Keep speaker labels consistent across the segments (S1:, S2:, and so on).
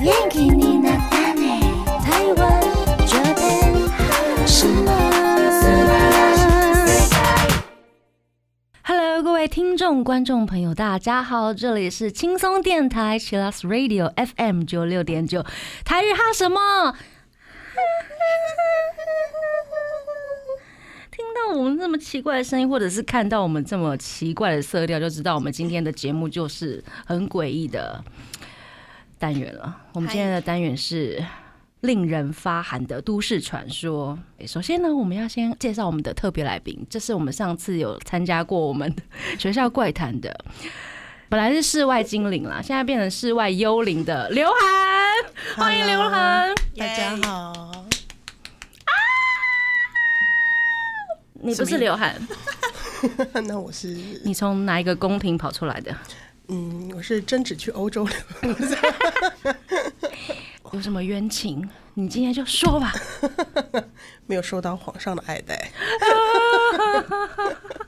S1: 元気になったね台湾上天什么？素晴らしい
S2: Hello，各位听众、观众朋友，大家好，这里是轻松电台 Chillax Radio FM 九六点九，台日哈什么？ 听到我们这么奇怪的声音，或者是看到我们这么奇怪的色调，就知道我们今天的节目就是很诡异的单元了。我们今天的单元是令人发寒的都市传说。诶首先呢，我们要先介绍我们的特别来宾，这是我们上次有参加过我们 学校怪谈的，本来是室外精灵啦，现在变成室外幽灵的刘涵，欢迎刘涵。
S3: 大家好，
S2: 你不是刘涵，
S3: 那我是
S2: 你从哪一个宫廷跑出来的？
S3: 嗯，我是真只去欧洲了，
S2: 有什么冤情？你今天就说吧。
S3: 没有受到皇上的爱戴。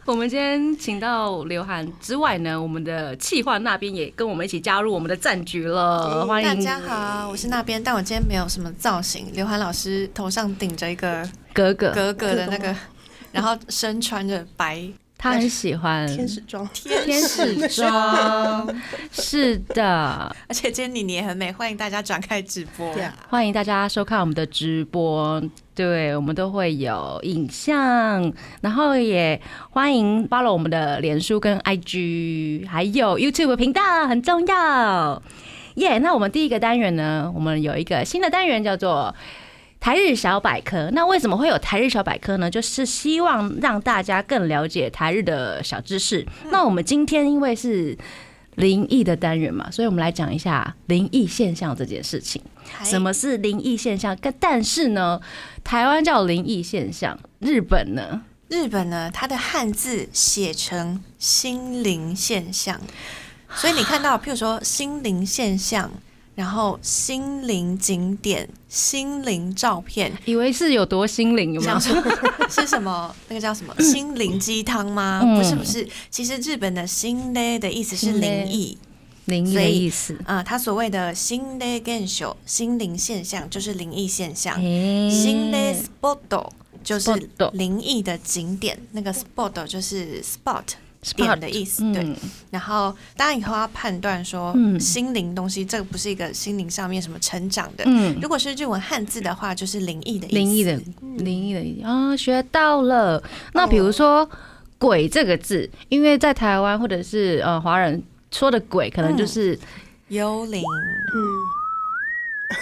S2: 我们今天请到刘涵之外呢，我们的气化那边也跟我们一起加入我们的战局了，欢迎
S4: 大家好，我是那边，但我今天没有什么造型。刘涵老师头上顶着一个
S2: 格格，
S4: 格格的那个， 然后身穿着白，
S2: 他很喜欢
S3: 天使装，
S2: 天使装，是的，
S4: 而且今天妮妮也很美，欢迎大家转开直播。
S3: Yeah
S2: 欢迎大家收看我们的直播，对我们都会有影像，然后也欢迎 follow 我们的脸书跟 IG，还有 YouTube 频道很重要。耶那我们第一个单元呢，我们有一个新的单元叫做。台日小百科，那为什么会有台日小百科呢？就是希望让大家更了解台日的小知识。那我们今天因为是灵异的单元嘛，所以我们来讲一下灵异现象这件事情。
S4: 嗨
S2: 什？么是灵异现象？但但是呢，台湾叫灵异现象，日本呢？
S4: 日本呢，它的汉字写成心灵现象，所以你 看到，譬如说心灵现象，然后心灵景点、心灵照片，
S2: 以为是有多心灵，有没有
S4: 想？说是什么？那个叫什么心灵鸡汤吗？
S2: 嗯
S4: 不是不是，其实日本的心嘞的意思是
S2: 心嘞
S4: 灵异
S2: 灵异的意思。
S4: 啊，它所谓的心嘞现象、心灵现象就是灵异现象，
S2: 诶
S4: 心嘞 spot 就是
S2: spot
S4: 灵异的景点，那个 spot 就是 spot。
S2: Spot，
S4: 点的意思，对
S2: 嗯。，
S4: 然后当然以后要判断说
S2: 嗯，
S4: 心灵东西这个不是一个心灵上面什么成长的。
S2: 嗯
S4: 如果是日文汉字的话，就是灵异的意思。哦
S2: 灵异的灵异的意思啊，学到了。那比如说“鬼”这个字，因为在台湾或者是呃华人说的“鬼”，可
S4: 嗯
S2: 能就是
S4: 幽灵，
S3: 嗯，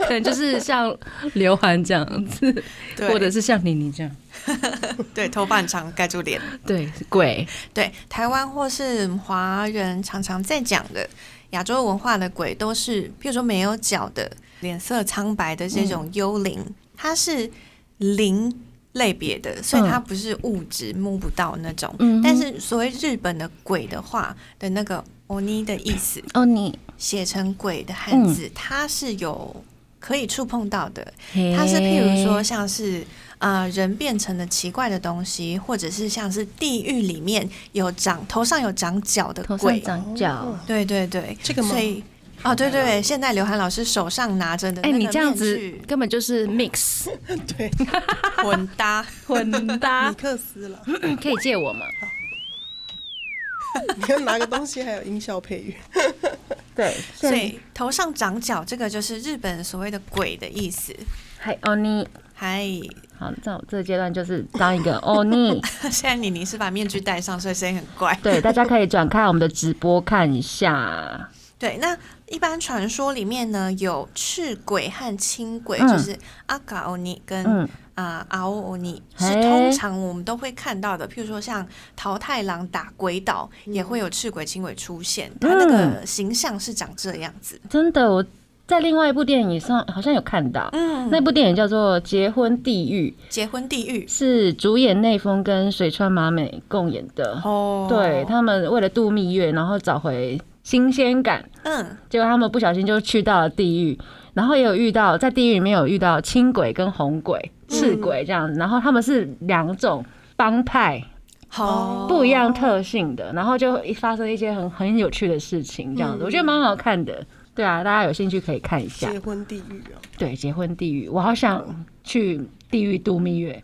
S2: 可能就是像刘涵这样子，
S4: 对
S2: 或者是像妮妮这样，
S4: 对，头发很长盖住脸。
S2: 对，鬼
S4: 嗯 对，台湾或是华人常常在讲的亚洲文化的鬼，都是譬如说没有脚的、脸色苍白的这种幽灵，它是灵类别的，所以它不是物质摸不到那种。
S2: 嗯哼
S4: 但是所谓日本的鬼的话的那个欧尼的意思，
S2: 哦，你
S4: 写成鬼的汉字，它是有可以触碰到的，它是譬如说像是呃人变成了奇怪的东西，或者是像是地狱里面有长头上有长角的
S2: 头上
S4: 鬼，
S2: 长角。
S4: 对对对，
S3: 这个吗
S4: 所以哦对对对，现在刘涵老师手上拿着的
S2: 哎、
S4: 那个
S2: 你这样
S4: 面
S2: 子
S4: 具
S2: 根本就是 mix
S3: 对，
S4: 混搭，
S2: 混搭
S3: 尼，克斯了，
S2: 你嗯可以借我吗？
S3: 你看拿个东西还有音效配乐，
S2: 对，
S4: 所以头上长角这个就是日本所谓的鬼的意思，
S2: 嗨欧尼，
S4: 还。
S2: 好，在我这个阶段就是当一个 欧尼，
S4: 现在妮妮是把面具戴上，所以声音很怪。
S2: 对，大家可以转开我们的直播看一下，
S4: 对，那一般传说里面呢，有赤鬼和青鬼，
S2: 嗯
S4: 就是阿嘎欧尼跟
S2: 嗯
S4: 啊阿欧欧尼，
S2: 嘿
S4: 是通常我们都会看到的。譬如说像桃太郎打鬼岛，
S2: 嗯
S4: 也会有赤鬼青鬼出现，它那个形象是长这样子。
S2: 真的我。在另外一部电影上好像有看到，
S4: 嗯，
S2: 那部电影叫做《结婚地狱
S4: 结婚地狱》，
S2: 是主演内丰跟水川麻美共演的。
S4: 哦
S2: 对，他们为了度蜜月，然后找回新鲜感，
S4: 嗯，
S2: 结果他们不小心就去到了地狱，然后也有遇到在地狱里面有遇到青鬼跟红鬼、赤鬼这样子，然后他们是两种帮派，
S4: 好
S2: 不一样特性的，然后就发生一些很很有趣的事情，这样子，我觉得蛮好看的。对啊，大家有兴趣可以看一下
S3: 结。婚地狱啊，
S2: 对，结婚地狱，我好想去地狱度蜜月。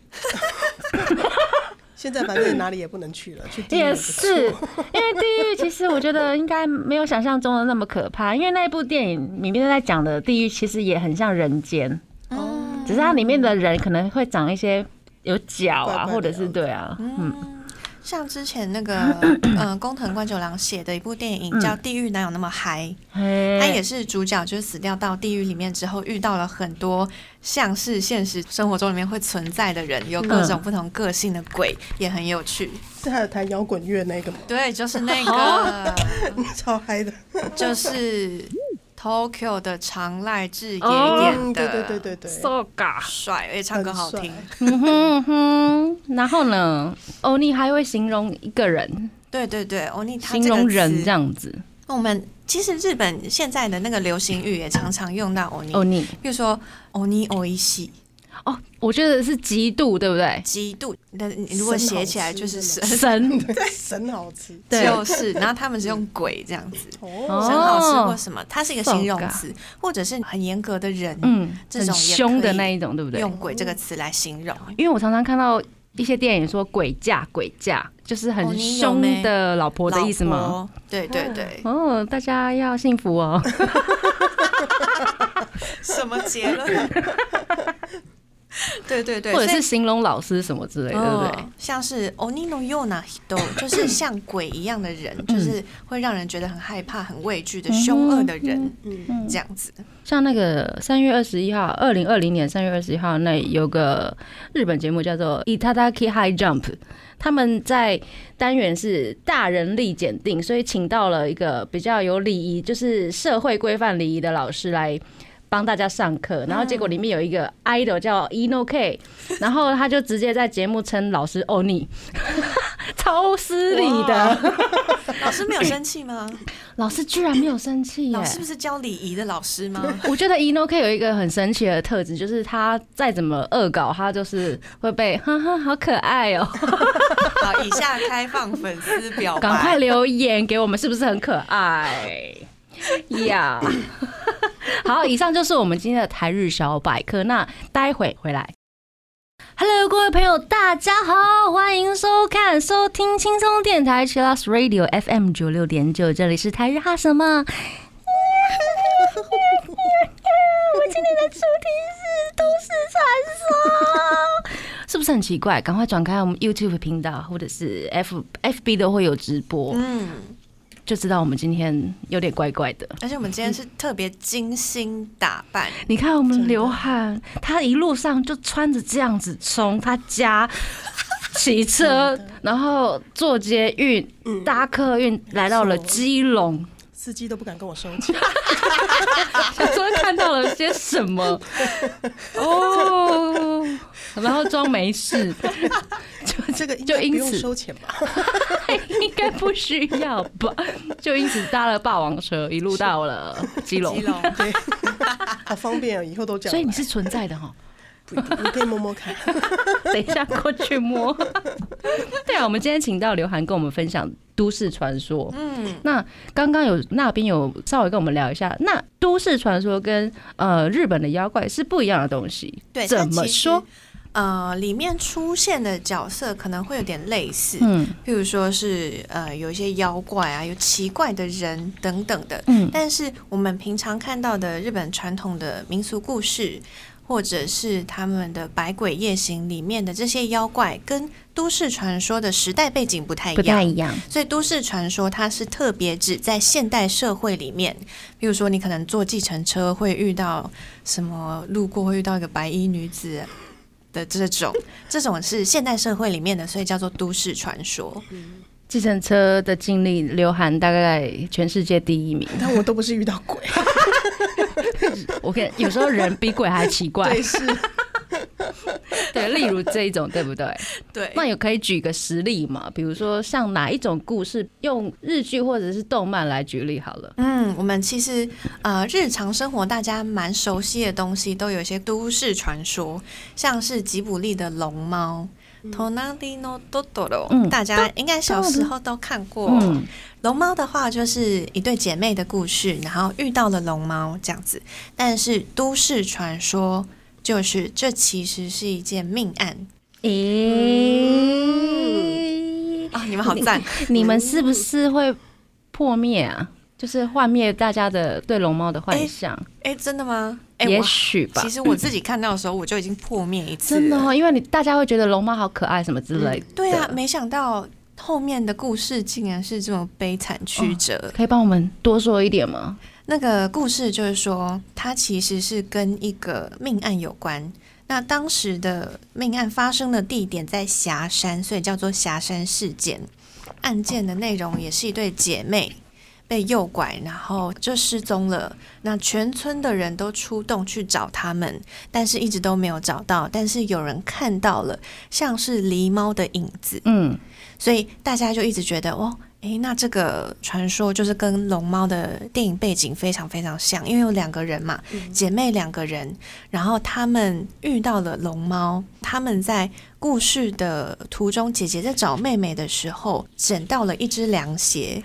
S3: 现在反正哪里也不能去了，去地狱也
S2: 也
S3: 不
S2: 是，
S3: 错
S2: 因为地狱其实我觉得应该没有想象中的那么可怕，因为那一部电影里面在讲的地狱其实也很像人间，
S4: 哦
S2: 只是它里面的人可能会长一些有角
S3: 怪怪
S2: 啊，
S3: 的
S2: 或者是
S3: 样子
S2: 对啊，
S4: 嗯像之前那 个，嗯，工藤官九郎写的一部电影叫《地狱哪有那么嗨》，他
S2: 嗯嘿，
S4: 也是主角，就是死掉到地狱里面之后，遇到了很多像是现实生活中里面会存在的人，有
S2: 嗯
S4: 各种不同个性的鬼，也很有趣。
S3: 是还有弹摇滚乐那个吗？
S4: 对，就是那
S2: 哦
S4: 个，
S3: 超嗨的，
S4: 就是 Tokyo 的长濑智也
S2: 哦
S4: 演
S3: 嗯对
S4: 的，
S3: 对对对对，
S2: so ga。
S4: 帅，而且唱歌好听。
S3: 很
S2: 嗯哼嗯哼，然后呢？欧尼还会形容一个人，
S4: 对对对，哦，你他
S2: 形容人这。样子。
S4: 我们其实日本现在的那个流行语也常常用到欧尼，
S2: 欧尼
S4: 比如说欧尼欧一西，
S2: 哦，我觉得是极度，对不 对？
S4: 极度，那你如果写起来就是
S3: 神
S4: 神，
S2: 神
S3: 对，神好吃
S2: 对
S4: 就是，然后他们是用鬼这样子，
S3: 哦，
S2: 哦
S4: 神好吃或什么，它是一个形容词，或者是很严格的人，
S2: 嗯，
S4: 这
S2: 很
S4: 种也
S2: 凶的
S4: 可以
S2: 那一种，对不对？
S4: 用鬼这个词来形容。
S2: 因为我常常看到一些电影说鬼嫁，鬼嫁就是
S4: 哦
S2: 很
S4: 你有没
S2: 凶的老婆的意思
S4: 老
S2: 吗？
S4: 婆？对对对，
S2: 哦，大家要幸福哦。
S4: 什么结论？ 对对对，
S2: 或者
S4: 所以
S2: 是形容老师什么之类的，对不对
S4: 嗯？像是 oni no yona hito，就是像鬼一样的
S2: 嗯
S4: 人，就是会让人觉得很害怕、很畏惧的凶恶的人，
S3: 嗯，
S4: 这样子。
S2: 像那个三月二十一号，二零二零年三月二十一号，那有个日本节目叫做《Itadaki High Jump》，他们在单元是大人力检定，所以请到了一个比较有礼仪，就是社会规范礼仪的老师来。帮大家上课，
S4: 嗯
S2: 然后结果里面有一个 idol 叫 Eno K，然后他就直接在节目称老师欧尼， 超失礼的，
S4: 老师没有生 气吗？
S2: 老师居然没有生气耶，
S4: 老师不是教礼仪的老师吗？
S2: 我觉得 Eno K 有一个很神奇的特质，就是他再怎么恶搞，他就是会被 哈哈好可爱哦、
S4: 好，以下开放粉丝表
S2: 赶快
S4: 白。
S2: 留言给我们，是不是很可爱呀 好，以上就是我们今天的台日小百科。那待会回来。Hello，各位朋友，大家好，欢迎收看、收听轻松电台 Chillax Radio FM 九六点九，这里是台日哈什么？ 我今天的主题是都市传说，是不是很奇怪？赶快转开我们 YouTube 频道，或者是 F FB 都会有直播，
S4: 嗯，
S2: 就知道我们今天有点怪怪的。
S4: 而且我们今天是特别精心打扮，
S2: 你看我们刘汉，他一路上就穿着这样子从他家骑车，然后坐捷运、
S4: 嗯
S2: 搭客运，来到了基隆。
S3: 司机都不敢跟我收 钱，
S2: 想说看到了些什 么哦，然后装没事，
S3: 这个应
S2: 就
S3: 该不
S2: 因
S3: 用
S2: 此
S3: 收钱吧？
S2: 应该不需要吧？就因此搭了霸王车，一路到了基隆
S4: 基。隆
S3: 对，好方便哦，以后都这样。
S2: 所以你是存在的哈，
S3: 不一定你可以摸摸看，
S2: 等一下过去摸。对啊，我们今天请到刘涵跟我们分享都市传说。嗯，那刚刚有那边有稍微跟我们聊一下，那都市传说跟呃日本的妖怪是不一样的东西。
S4: 对，
S2: 怎
S4: 但
S2: 么
S4: 其实
S2: 说？？
S4: 呃，里面出现的角色可能会有点类似，
S2: 嗯
S4: 譬如说是呃有一些妖怪啊，有奇怪的人等等的。
S2: 嗯
S4: 但是我们平常看到的日本传统的民俗故事，或者是他们的《百鬼夜行》里面的这些妖怪，跟都市传说的时代背景不太一
S2: 不
S4: 样
S2: 太。一样。
S4: 所以都市传说它是特别指在现代社会里面，比如说你可能坐计程车会遇到什么，路过会遇到一个白衣女子的这种，这种是现代社会里面的，所以叫做都市传说。
S2: 计程车的经历，刘涵大概全世界第一名。
S3: 但我都不是遇到鬼，
S2: 我看有时候人比鬼还奇怪
S3: 对，，是
S2: 对，例如这一种，对不对？
S4: 对
S2: 那有可以举个实例嘛？比如说像哪一种故事，用日剧或者是动漫来举例好了。
S4: 嗯，我们其实呃日常生活大家蛮熟悉的东西，都有一些都市传说，像是吉卜力的龙猫。 Tonali no Dodoro，、
S2: 嗯
S4: 大家应该小时候都看过。
S2: 嗯
S4: 龙猫的话就是一对姐妹的故事，然后遇到了龙猫这样子。但是都市传说就是这其实是一件命案
S2: 诶、
S4: 啊！你们好赞，
S2: 你们是不是会破灭啊？就是幻灭大家的对龙猫的幻想，
S4: 哎、真的吗？哎、
S2: 也
S4: 我
S2: 许吧
S4: 其。实我自己看到的时候，我就已经破灭一次了。
S2: 真的、哦，因为你大家会觉得龙猫好可爱什么之类的。
S4: 对啊，没想到后面的故事竟然是这么悲惨曲折。
S2: 可以帮我们多说一点吗？
S4: 那个故事就是说，它其实是跟一个命案有关。那当时的命案发生的地点在霞山，所以叫做霞山事件。案件的内容也是一对姐妹被诱拐，然后就失踪了。那全村的人都出动去找他们，但是一直都没有找到。但是有人看到了，像是狸猫的影子，
S2: 嗯，
S4: 所以大家就一直觉得哦。诶，那这个传说就是跟龙猫的电影背景非常非常像，因为有两个人嘛，姐妹两个人，然后她们遇到了龙猫。她们在故事的途中，姐姐在找妹妹的时候，捡到了一只凉鞋，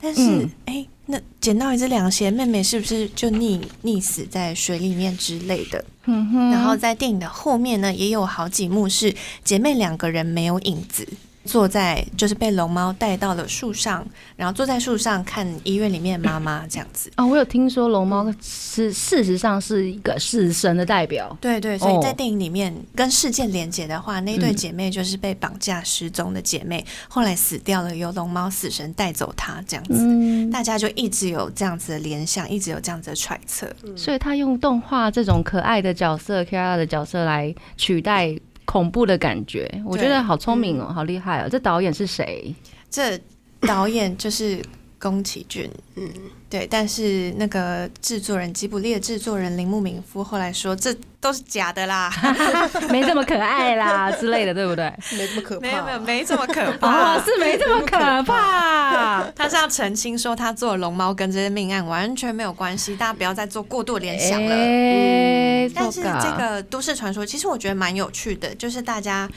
S4: 但是
S2: 嗯
S4: 诶，那捡到一只凉鞋，妹妹是不是就溺溺死在水里面之类的？
S2: 哼嗯哼
S4: 然后在电影的后面呢，也有好几幕是姐妹两个人没有影子，坐在就是被龙猫带到了树上，然后坐在树上看医院里面妈妈这样子。
S2: 啊、我有听说龙猫是事实上是一个死神的代表。
S4: 对对，所以在
S2: 哦
S4: 电影里面跟事件连结的话，那对姐妹就是被绑架失踪的姐妹，后来死掉了，由龙猫死神带走她这样子。
S2: 嗯，
S4: 大家就一直有这样子的联想，一直有这样子的揣测。
S2: 所以他用动画这种可爱的角色、Kira 的角色来取代恐怖的感觉，我觉得好聪明
S4: 嗯
S2: 哦，好厉害哦！这导演是谁？
S4: 这导演就是宫崎骏，
S3: 嗯，
S4: 对，但是那个制作人吉卜力的制作人铃木敏夫后来说这都是假的啦，
S2: 没这么可爱啦之类的，对不对？
S3: 没这么可怕。
S4: 没有没有没这么可
S2: 哦，
S4: 怕。
S2: 是没这么可怕。
S4: 啊他是要澄清说，他做龙猫跟这些命案完全没有关系，大家不要再做过度联想了。嗯
S2: 哎
S4: 但是
S2: 糟
S4: 这
S2: 糕
S4: 个都市传说，其实我觉得蛮有趣的，就是大家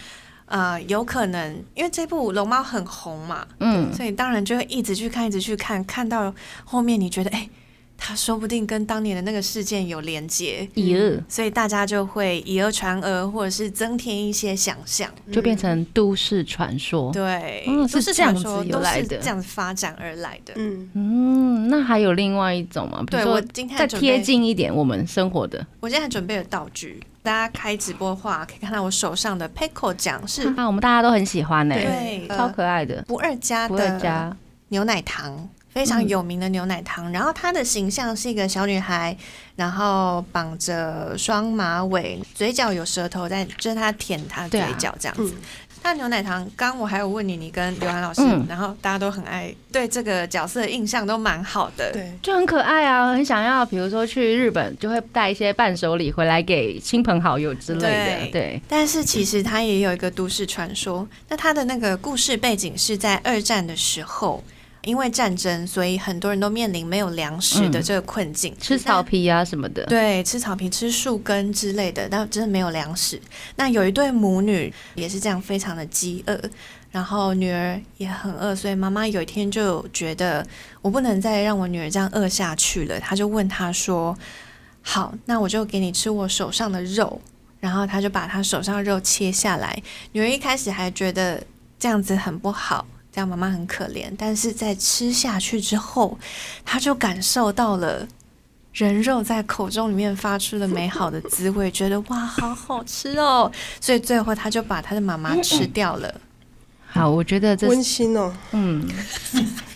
S4: 呃有可能因为这部龙猫很红嘛，
S2: 嗯，
S4: 所以当然就会一直去看，一直去看，看到后面你觉得，哎、他说不定跟当年的那个事件有连接，
S2: 咦，
S4: 所以大家就会以讹传讹，或者是增添一些想象。
S2: 就变成都市传说。
S4: 嗯对，
S2: 嗯
S4: 都
S2: 是
S4: 是
S2: 这样子
S4: 说
S2: 由
S4: 都
S2: 来
S4: 是
S2: 的
S4: 这样子发展而来的。
S3: 嗯，
S2: 嗯，那还有另外一种吗？比如
S4: 对我
S2: 说
S4: 今天还
S2: 再
S4: 准
S2: 贴
S4: 备，
S2: 近一点我们生活的。
S4: 我今天还准备了道具，大家开直播的话可以看到我手上的 Pickle 奖 是
S2: 啊，我们大家都很喜欢呢、
S4: 对
S2: 超
S4: 呃
S2: 可爱的。
S4: 不二家
S2: 不二
S4: 的
S2: 家，
S4: 牛奶糖，非常
S2: 嗯
S4: 有名的牛奶糖。然后她的形象是一个小女孩，然后绑着双马尾，嘴角有舌头在，就是她舔她嘴
S2: 啊
S4: 角这样
S2: 嗯
S4: 子。
S3: 嗯
S4: 她的牛奶糖，刚我还有问你，你跟刘涵老师，
S2: 嗯
S4: 然后大家都很爱对这个角色的印象都蛮好的。
S3: 对，
S2: 就很可爱啊，很想要，比如说去日本就会带一些伴手礼回来给亲朋好友之类的。对，
S4: 对
S2: 对
S4: 但是其实它也有一个都市传说，那它的那个故事背景是在二战的时候，因为战争，所以很多人都面临没有粮食的
S2: 嗯
S4: 这个困境，
S2: 吃草皮啊什么的。
S4: 对，吃草皮、吃树根之类的，但真的没有粮食。那有一对母女也是这样，非常的饥饿，然后女儿也很饿，所以妈妈有一天就觉得我不能再让我女儿这样饿下去了，她就问她说：“好，那我就给你吃我手上的肉。”然后她就把她手上的肉切下来。女儿一开始还觉得这样子很不好。这样妈妈很可怜，但是在吃下去之后，她就感受到了人肉在口中里面发出了美好的滋味，觉得哇，好好吃哦！所以最后他就把他的妈妈吃掉了。
S2: 好，我觉得这
S3: 温馨哦，
S2: 嗯，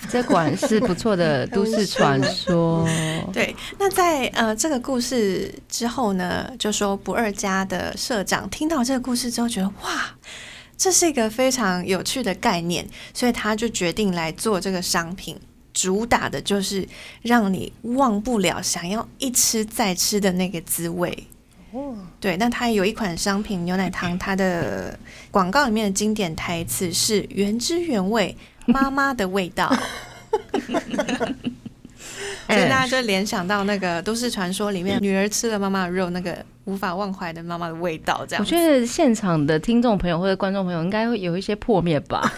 S2: 这果然是不错的都市传说。
S4: 对，那在呃这个故事之后呢，就说不二家的社长听到这个故事之后，觉得哇，这是一个非常有趣的概念，所以他就决定来做这个商品。主打的就是让你忘不了想要一吃再吃的那个滋味。对，那它有一款商品牛奶糖，它的广告里面的经典台词是“原汁原味，妈妈的味道” 所以大家就联想到那个都市传说里
S2: 嗯
S4: 面女儿吃了妈妈的肉，那个无法忘怀的妈妈的味道，这样
S2: 我
S4: 子。
S2: 觉得现场的听众朋友或者观众朋友应该会有一些破灭吧，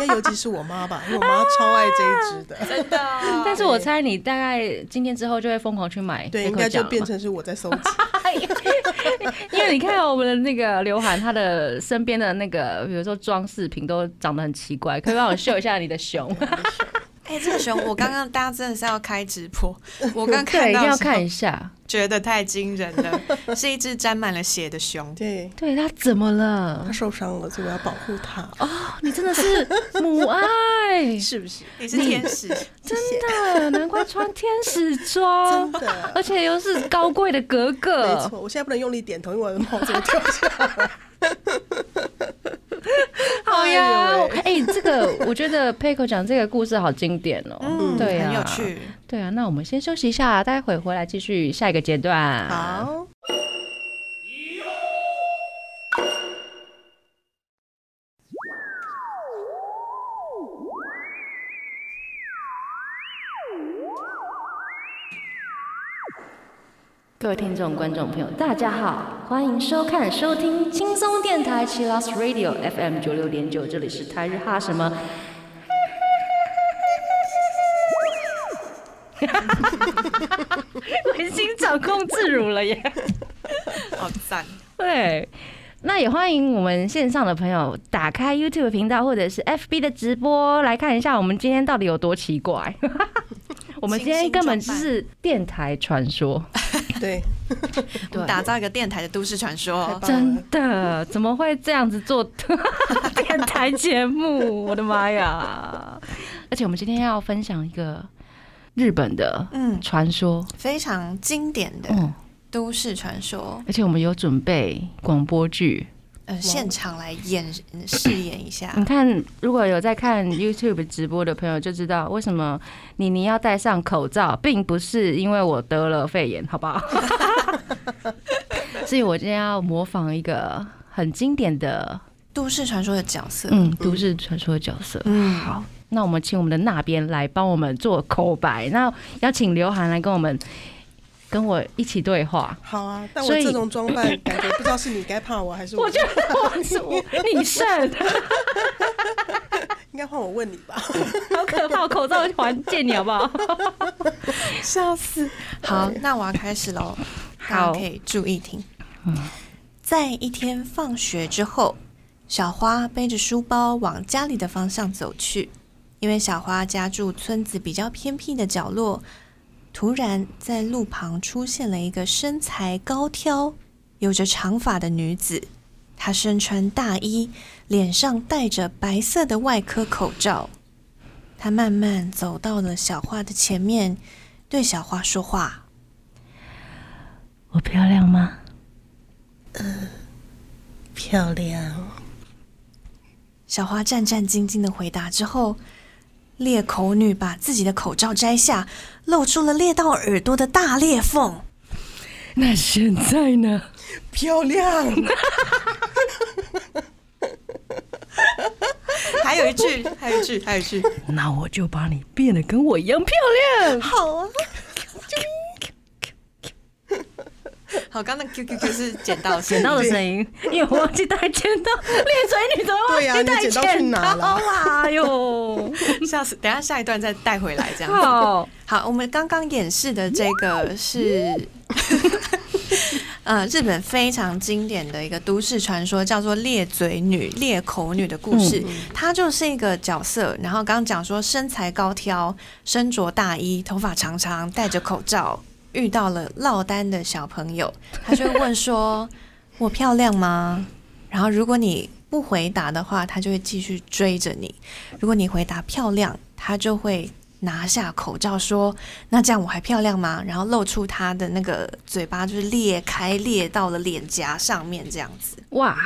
S3: 应该尤其是我妈吧，因为我妈超爱这一支的。
S4: 真的哦，
S2: 但是我猜你大概今天之后就会疯狂去买，
S3: 对，应该就变。成是我在搜集。
S2: 因为你看哦我们的那个刘涵，他的身边的那个，比如说装饰品都长得很奇怪，可以帮我秀一下你的 熊？
S4: 哎、这个熊，我刚刚大家真的是要开直播， 我刚
S2: 对，
S4: 看
S2: 一
S4: 到
S2: 定
S4: 的
S2: 要
S4: 时候
S2: 看一下。
S4: 觉得太惊人了， 是一只沾满了血的熊。
S3: 对，
S2: 对他怎么
S3: 她
S2: 了？
S3: 受伤了，所以我要保护她。
S2: 你真的是母 爱，
S3: 是不是？
S4: 你是天 使，
S2: 真的，难怪穿天使装
S3: 真，的。
S2: 而且又是高贵的格 格。
S3: 没错，我现在不能用力点头，因为我的帽子会掉下来。
S2: 好呀
S3: 哎呦，
S2: 哎、这个我觉得 Peko 讲这个故事好经典哦。
S4: 嗯，
S2: 对呀、
S4: 很有趣。
S2: 对啊，那我们先休息一下，待会回来继续下一个阶段。，
S3: 好，
S2: 各位听众、观众朋友，大家好，欢迎收看、收听轻松电台 c h i l l s Radio FM 九六点九，这里是台日哈什么。 我已经掌控自如了耶。
S4: 好赞。
S2: 对，那也欢迎我们线上的朋友打开 YouTube 频道或者是 FB 的直播来看一下，我们今天到底有多奇怪。 我们今天根本就是电台传说，
S3: 对，
S4: 我们打造一个电台的都市传
S3: 太
S4: 说。
S3: 棒了
S2: 真。的怎么会这样子做 电台节目？我的妈呀！而且我们今天要分享一个日本的
S4: 嗯，
S2: 传说，
S4: 非常经典的
S2: 嗯，
S4: 都市传说，
S2: 而且我们有准备广播剧，
S4: 呃，现场来演呃饰演一下。
S2: 你看，如果有在看 YouTube 直播的朋友就知道，为什么妮妮要戴上口罩，并不是因为我得了肺炎，好不 好？所以我今天要模仿一个很经典的，
S4: 都市传说的角色，
S2: 嗯，都市传说的角色。
S4: 嗯，
S2: 好，那我们请我们的那边来帮我们做口白，那要请刘涵来跟我们跟我一起对话。
S3: 好啊，但我
S2: 所以
S3: 这种装扮，感觉不知道是你该怕我还 是
S2: 我
S3: 我
S2: 觉，得我是我你胜，
S3: 应该换我问你吧。
S2: 好可怕！我口罩还借你好不好？
S4: 笑死。好，那我要开始喽，大家
S2: 好
S4: 可以注意听。在一天放学之后，小花背着书包往家里的方向走去，因为小花家住村子比较偏僻的角落。突然，在路旁出现了一个身材高挑、有着长发的女子，她身穿大衣，脸上戴着白色的外科口罩。她慢慢走到了小花的前面，对小花说话。
S2: 我漂亮吗？
S3: 漂亮，
S4: 小花战战兢兢的回答之后，裂口女把自己的口罩摘下，露出了裂到耳朵的大裂缝。
S2: 那现在呢？
S3: 漂亮，
S4: 还有一句，还有一句，还有一句，
S2: 那我就把你变得跟我一样漂亮。
S4: 好啊！ 好，刚刚那 Q Q Q 是剪刀，
S2: 剪刀的声音， 因为我忘记带剪刀， 啊裂嘴女怎么忘
S3: 对呀
S2: 记带
S3: 你剪刀去哪了
S2: 啊？哎 呦，
S4: 笑死！等一下下一段再带回来，这样。
S2: 好，
S4: 好，我们刚刚演示的这个是， 呃，日本非常经典的一个都市传说，叫做裂嘴女、裂口女的故事。她就是一个角色，然后刚刚讲说身材高挑，身着大衣，头发长长，戴着口罩，遇到了落单的小朋友，她就会问说：“我漂亮吗？”然后如果你不回答的话，她就会继续追着你；如果你回答漂亮，她就会拿下口罩说：“那这样我还漂亮吗？”然后露出她的那个嘴巴，就是裂开，裂到了脸颊上面这样子。
S2: 哇！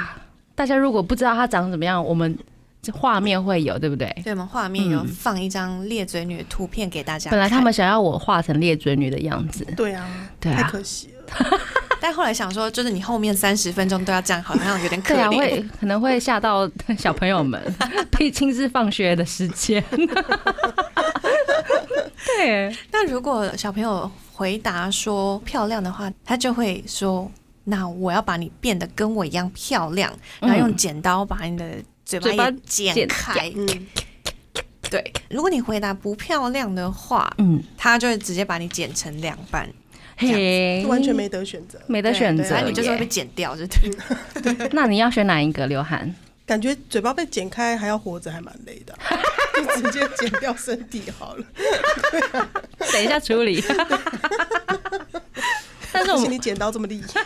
S2: 大家如果不知道她长怎么样，我们这画面会有，对不对？
S4: 对，我们画面有放一张裂嘴女的图片给大家看。
S2: 本来他们想要我画成裂嘴女的样子，
S3: 对啊，
S2: 对啊
S3: 太可惜了。
S4: 但后来想说，就是你后面三十分钟都要这样，好像有点可
S2: 对啊，
S4: 怜。
S2: 会可能会吓到 小 朋友们，毕竟是放学的时间。对，
S4: 那如果小朋友回答说漂亮的话，他就会说：“那我要把你变得跟我一样漂亮，
S2: 嗯
S4: 然后用剪刀把你的嘴
S2: 嘴巴
S4: 巴也剪
S2: 剪
S4: 开。
S3: 嗯，”
S4: 对，如果你回答不漂亮的话，
S2: 嗯，
S4: 他就会直接把你剪成两半，
S2: 嘿，
S3: 完全没得选择。啊
S2: 没得选择耶，
S4: 然后你就是会被剪掉，就对。
S2: 那你要选哪一个？刘涵，
S3: 感觉嘴巴被剪开还要活着，还蛮累的啊，就直接剪掉身体好了。
S2: 等一下处理。 但是我
S3: 而且你
S2: 们
S3: 剪刀这么厉害，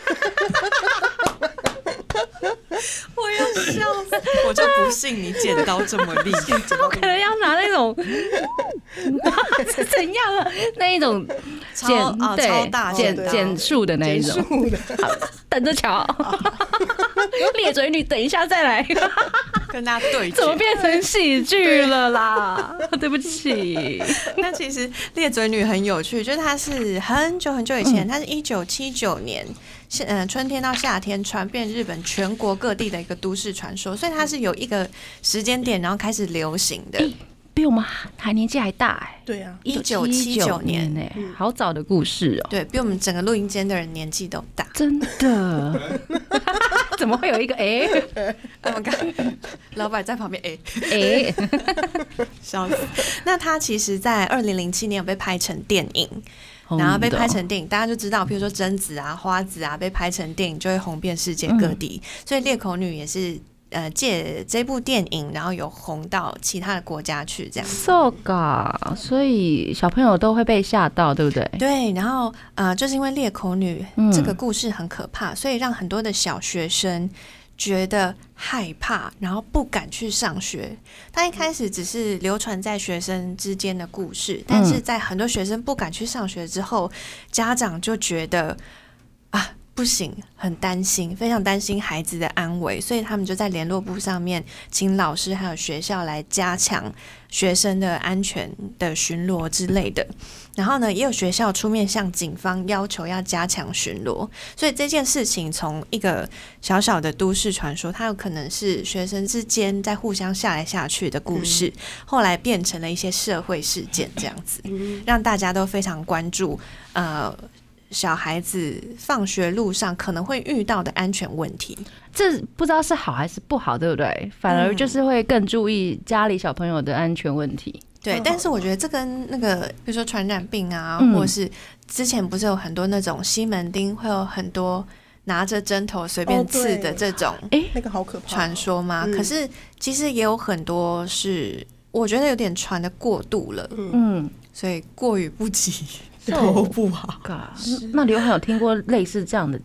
S4: 我要笑死！ 我就不信你剪刀这么厉 害。
S2: 不可能要拿那种 是怎样啊？那一种
S4: 超
S2: 剪
S4: 啊超大
S2: 对
S4: 剪
S2: 剪
S4: 刀
S2: 剪树的那一
S3: 结
S2: 种，
S3: 束的。
S2: 等着 瞧。裂嘴女，等一下再来，
S4: 跟大家对决
S2: 怎么变成喜剧了啦？对不起，
S4: 那其实裂嘴女很有趣，就是她是很久很久以前，她是一九七九年，是嗯、呃、春天到夏天传遍日本全国各地的一个都市传说，所以它是有一个时间点，然后开始流行的。
S2: 比我们还年纪还大哎、
S3: 对啊，
S4: 一九七九
S2: 1979
S4: 年，
S2: 哎、好早的故事哦、
S4: 对比我们整个录音间的人年纪都大。
S2: 真 的，怎么会有一个哎
S4: 哎 我刚老板在旁边，哎、
S2: 哎、
S4: 笑死。那它其实，在二零零七年有被拍成电影，
S2: 哦
S4: 然后被拍成电影，大家就知道，比如说贞子啊、花子啊，被拍成电影就会红遍世界各地。所以《裂口女》也是呃借这部电影，然后有红到其他的国家去这样。
S2: so ga，所以小朋友都会被吓到，对不对？
S4: 对，然后呃，就是因为《裂口女
S2: 嗯》
S4: 这个故事很可怕，所以让很多的小学生觉得害怕，然后不敢去上学。它一开始只是流传在学生之间的故事，但是在很多学生不敢去上学之后，家长就觉得啊。不行，很担心，非常担心孩子的安危，所以他们就在联络部上面请老师还有学校来加强学生的安全的巡逻之类的。然后呢，也有学校出面向警方要求要加强巡逻，所以这件事情从一个小小的都市传说，它有可能是学生之间在互相下来下去的故事，
S3: 嗯
S4: 后来变成了一些社会事件这样子，
S3: 嗯
S4: 让大家都非常关注，呃。小孩子放学路上可能会遇到的安全问题，
S2: 这不知道是好还是不好，对不对？反而就是会更注意家里小朋友的安全问题。
S3: 嗯
S4: 对，但是我觉得这跟那个，比如说传染病啊，
S2: 嗯
S4: 或者是之前不是有很多那种西门町会有很多拿着针头随便
S3: 哦对
S4: 刺的这种
S3: 那个好可怕哦。
S4: 传说吗？
S3: 嗯
S4: 可是其实也有很多是我觉得有点传的过度了，
S2: 嗯
S4: 所以过于不及，
S2: So-
S4: 不好。
S2: ，ga，那嗯刘涵有听过类似这样的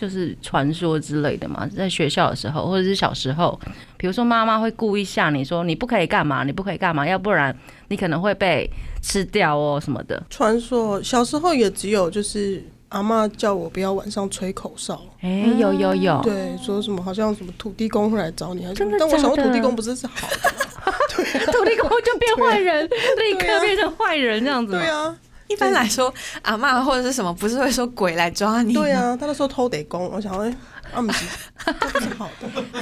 S2: 就是传说之类的吗？在学校的时候，或者是小时候，比如说妈妈会故意吓你说你不可以干嘛，你不可以干嘛，要不然你可能会被吃掉哦什么的。
S3: 传说小时候也只有就是阿嬷叫我不要晚上吹口哨，
S2: 哎、有有有，
S3: 对，说什么好像什么土地公会来找你，还是什么
S2: 真的
S3: 但我想
S2: 假
S3: 说
S2: 的
S3: 土地公不是是好的，
S2: 土地公就变坏 人，立刻变成坏人这样子吗
S3: 对？啊，
S4: 一般来说，阿嬷或者是什么，不是会说鬼来抓你？
S3: 对，啊，他那时候偷得公，我想说哎，阿姆是这不是好的，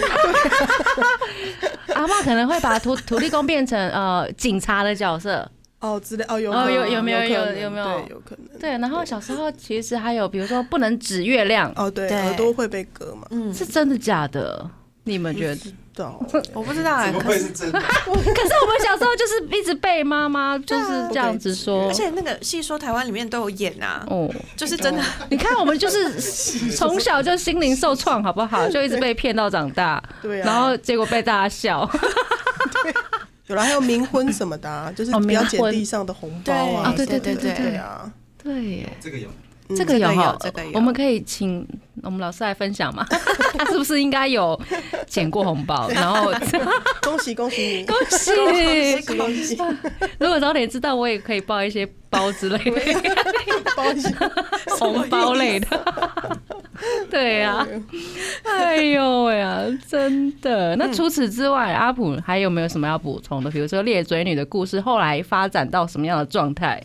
S2: 阿妈可能会把土土地公变成呃警察的角色，
S3: 哦之类，哦有
S2: 哦
S3: 可能
S2: 有有没有
S3: 有可能
S2: 有有没有
S3: 对有可能，
S2: 对。然后小时候其实还有，比如说不能指月亮，
S3: 哦对，
S4: 对
S3: 耳朵会被割嘛，
S4: 嗯，
S2: 是真的假的？你们觉得？
S3: 对哦，
S4: 我不知道、
S5: 怎
S4: 欸，
S5: 么
S4: 可
S5: 会
S4: 是
S5: 是真的？
S2: 可是我们小时候就是一直被妈妈就是这样子说
S4: 而，且那个戏说台湾里面都有演啊，
S2: 哦，
S4: 就是真的。
S2: 你看我们就是从小就心灵受创，好不好？就一直被骗到长大，
S3: 对啊，
S2: 然后结果被大家笑。
S3: 有了还有冥婚什么 的啊，就是
S2: 哦
S3: 不要
S2: 冥
S3: 捡
S2: 婚
S3: 地上的红包
S4: 对
S3: 啊，
S2: 对对
S4: 对
S2: 对
S3: 对啊，
S2: 对耶，
S5: 哦这个有，
S3: 嗯
S2: 这个有哈
S4: 这个有这个有，
S2: 我们可以请我们老师来分享嘛？ 他是不是应该有捡过红包？然后
S3: 恭喜恭喜你，
S2: 恭喜！
S3: 恭喜恭喜，
S2: 如果早点知道，我也可以包一些包之 类的
S3: 包一下。
S2: 红包类的。对呀、哎呦喂呀，真的。那除此之外，阿普还有没有什么要补充的？比如说猎嘴女的故事后来发展到什么样的状态？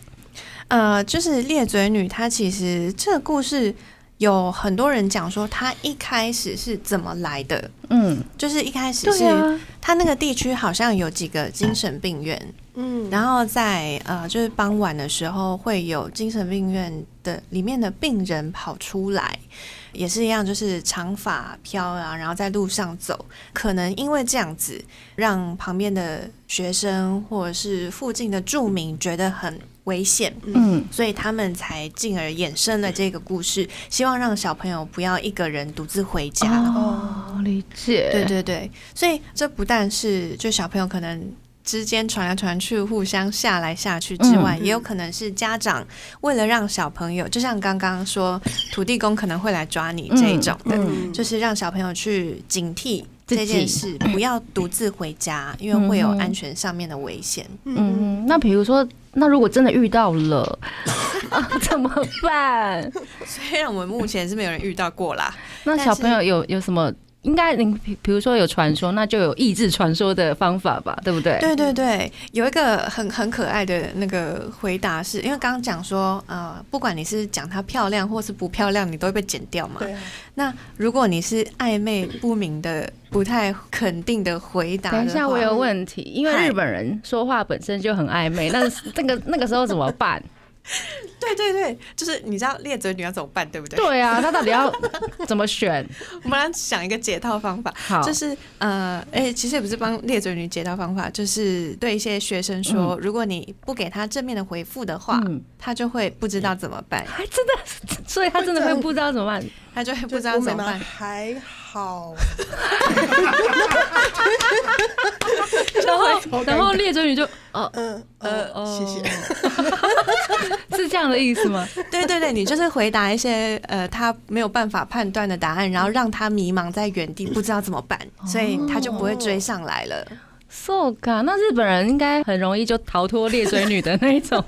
S4: 呃，就是裂嘴女，她其实这个故事有很多人讲说，她一开始是怎么来的，
S2: 嗯，
S4: 就是一开始
S2: 对
S4: 是、
S2: 啊，
S4: 他那个地区好像有几个精神病院，
S3: 嗯，
S4: 然后在呃就是傍晚的时候会有精神病院的里面的病人跑出来，也是一样，就是长发飘啊，然后在路上走，可能因为这样子让旁边的学生或者是附近的住民觉得很危险，
S2: 嗯
S4: 所以他们才进而衍生了这个故事，希望让小朋友不要一个人独自回家。
S2: 哦，理解，
S4: 对对对，所以这不但是就小朋友可能之间传来传去，互相下来下去之外，也有可能是家长为了让小朋友，就像刚刚说土地公可能会来抓你这一种的，
S2: 嗯
S4: 就是让小朋友去警惕。
S2: 自
S4: 这件
S2: 己
S4: 事不要独自回家，因为会有
S2: 嗯哼
S4: 安全上面的危险。
S2: 嗯，那比如说，那如果真的遇到了， 啊怎么办？
S4: 虽然我们目前是没有人遇到过啦，
S2: 那
S4: 但
S2: 小
S4: 是
S2: 朋友有有什么？应该你比比如说有传说，那就有抑制传说的方法吧，对不对？
S4: 对对对，有一个很很可爱的那个回答是，因为刚刚讲说，呃，不管你是讲她漂亮或是不漂亮，你都会被剪掉嘛。
S3: 对啊，
S4: 那如果你是暧昧不明的、不太肯定的回答的
S2: 等一下，
S4: 话
S2: 我有问题，因为
S4: 啊嗨
S2: 日本人说话本身就很暧昧，那那个那个时候怎么办？
S4: 对对对，就是你知道裂嘴女要怎么办，对不 对？
S2: 对啊，他到底要怎么选？
S4: 我们来想一个解套方法，
S2: 好，
S4: 就是呃，哎、其实也不是帮裂嘴女解套方法，就是对一些学生说，如果你不给他正面的回复的话，
S2: 嗯，
S4: 他就会不知道怎么办，
S2: 还哎真的，所以他真的会不知道怎么办。
S4: 他就会不
S3: 就
S4: 知
S3: 是
S4: 道
S3: 我
S4: 怎
S3: 们
S4: 么办。
S3: 还好，哦
S2: 然后然后列嘴女就哦
S3: 嗯
S2: 呃
S3: 呃，谢谢。
S2: 是这样的意思吗？
S4: 对对对，你就是回答一些呃他没有办法判断的答案，然后让他迷茫在原地，不知道怎么办，所以他就不会追上来了。
S2: so 嘎，那日本人应该很容易就逃脱猎追女的那一种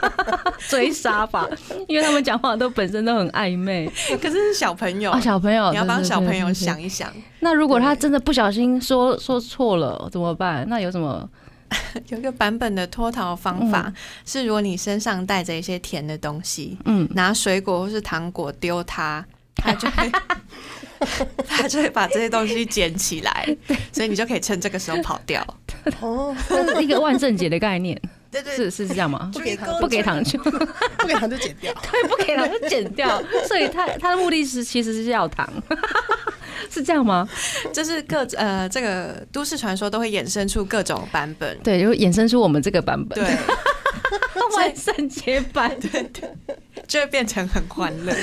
S2: 追杀吧，因为他们讲话都本身都很暧昧。
S4: 可是是哦小朋友
S2: 啊， 小朋友，
S4: 你要帮小朋友想
S2: 对。对对对对
S4: 一想，
S2: 那如果他真的不小心说说错了怎么办？那有什么？
S4: 有一个版本的脱逃方法、是，如果你身上带着一些甜的东西，
S2: 嗯，
S4: 拿水果或是糖果丢 他，他就会他就会把这些东西捡起 来，所以你就可以趁这个时候跑掉。
S3: 哦，
S2: 这是一个万圣节的概念，
S4: 对对
S2: 是是这样 吗？
S3: 不给糖，
S2: 不给糖就对，
S3: 不给糖就剪掉。
S2: 不给糖就剪 掉。所以他他的目的是其实是要糖， 是这样吗？
S4: 就是各呃，这个都市传说都会衍生出各种版本。
S2: 对，就衍生出我们这个版本，
S4: 对，
S2: 万圣节版。
S4: 就会变成很欢乐。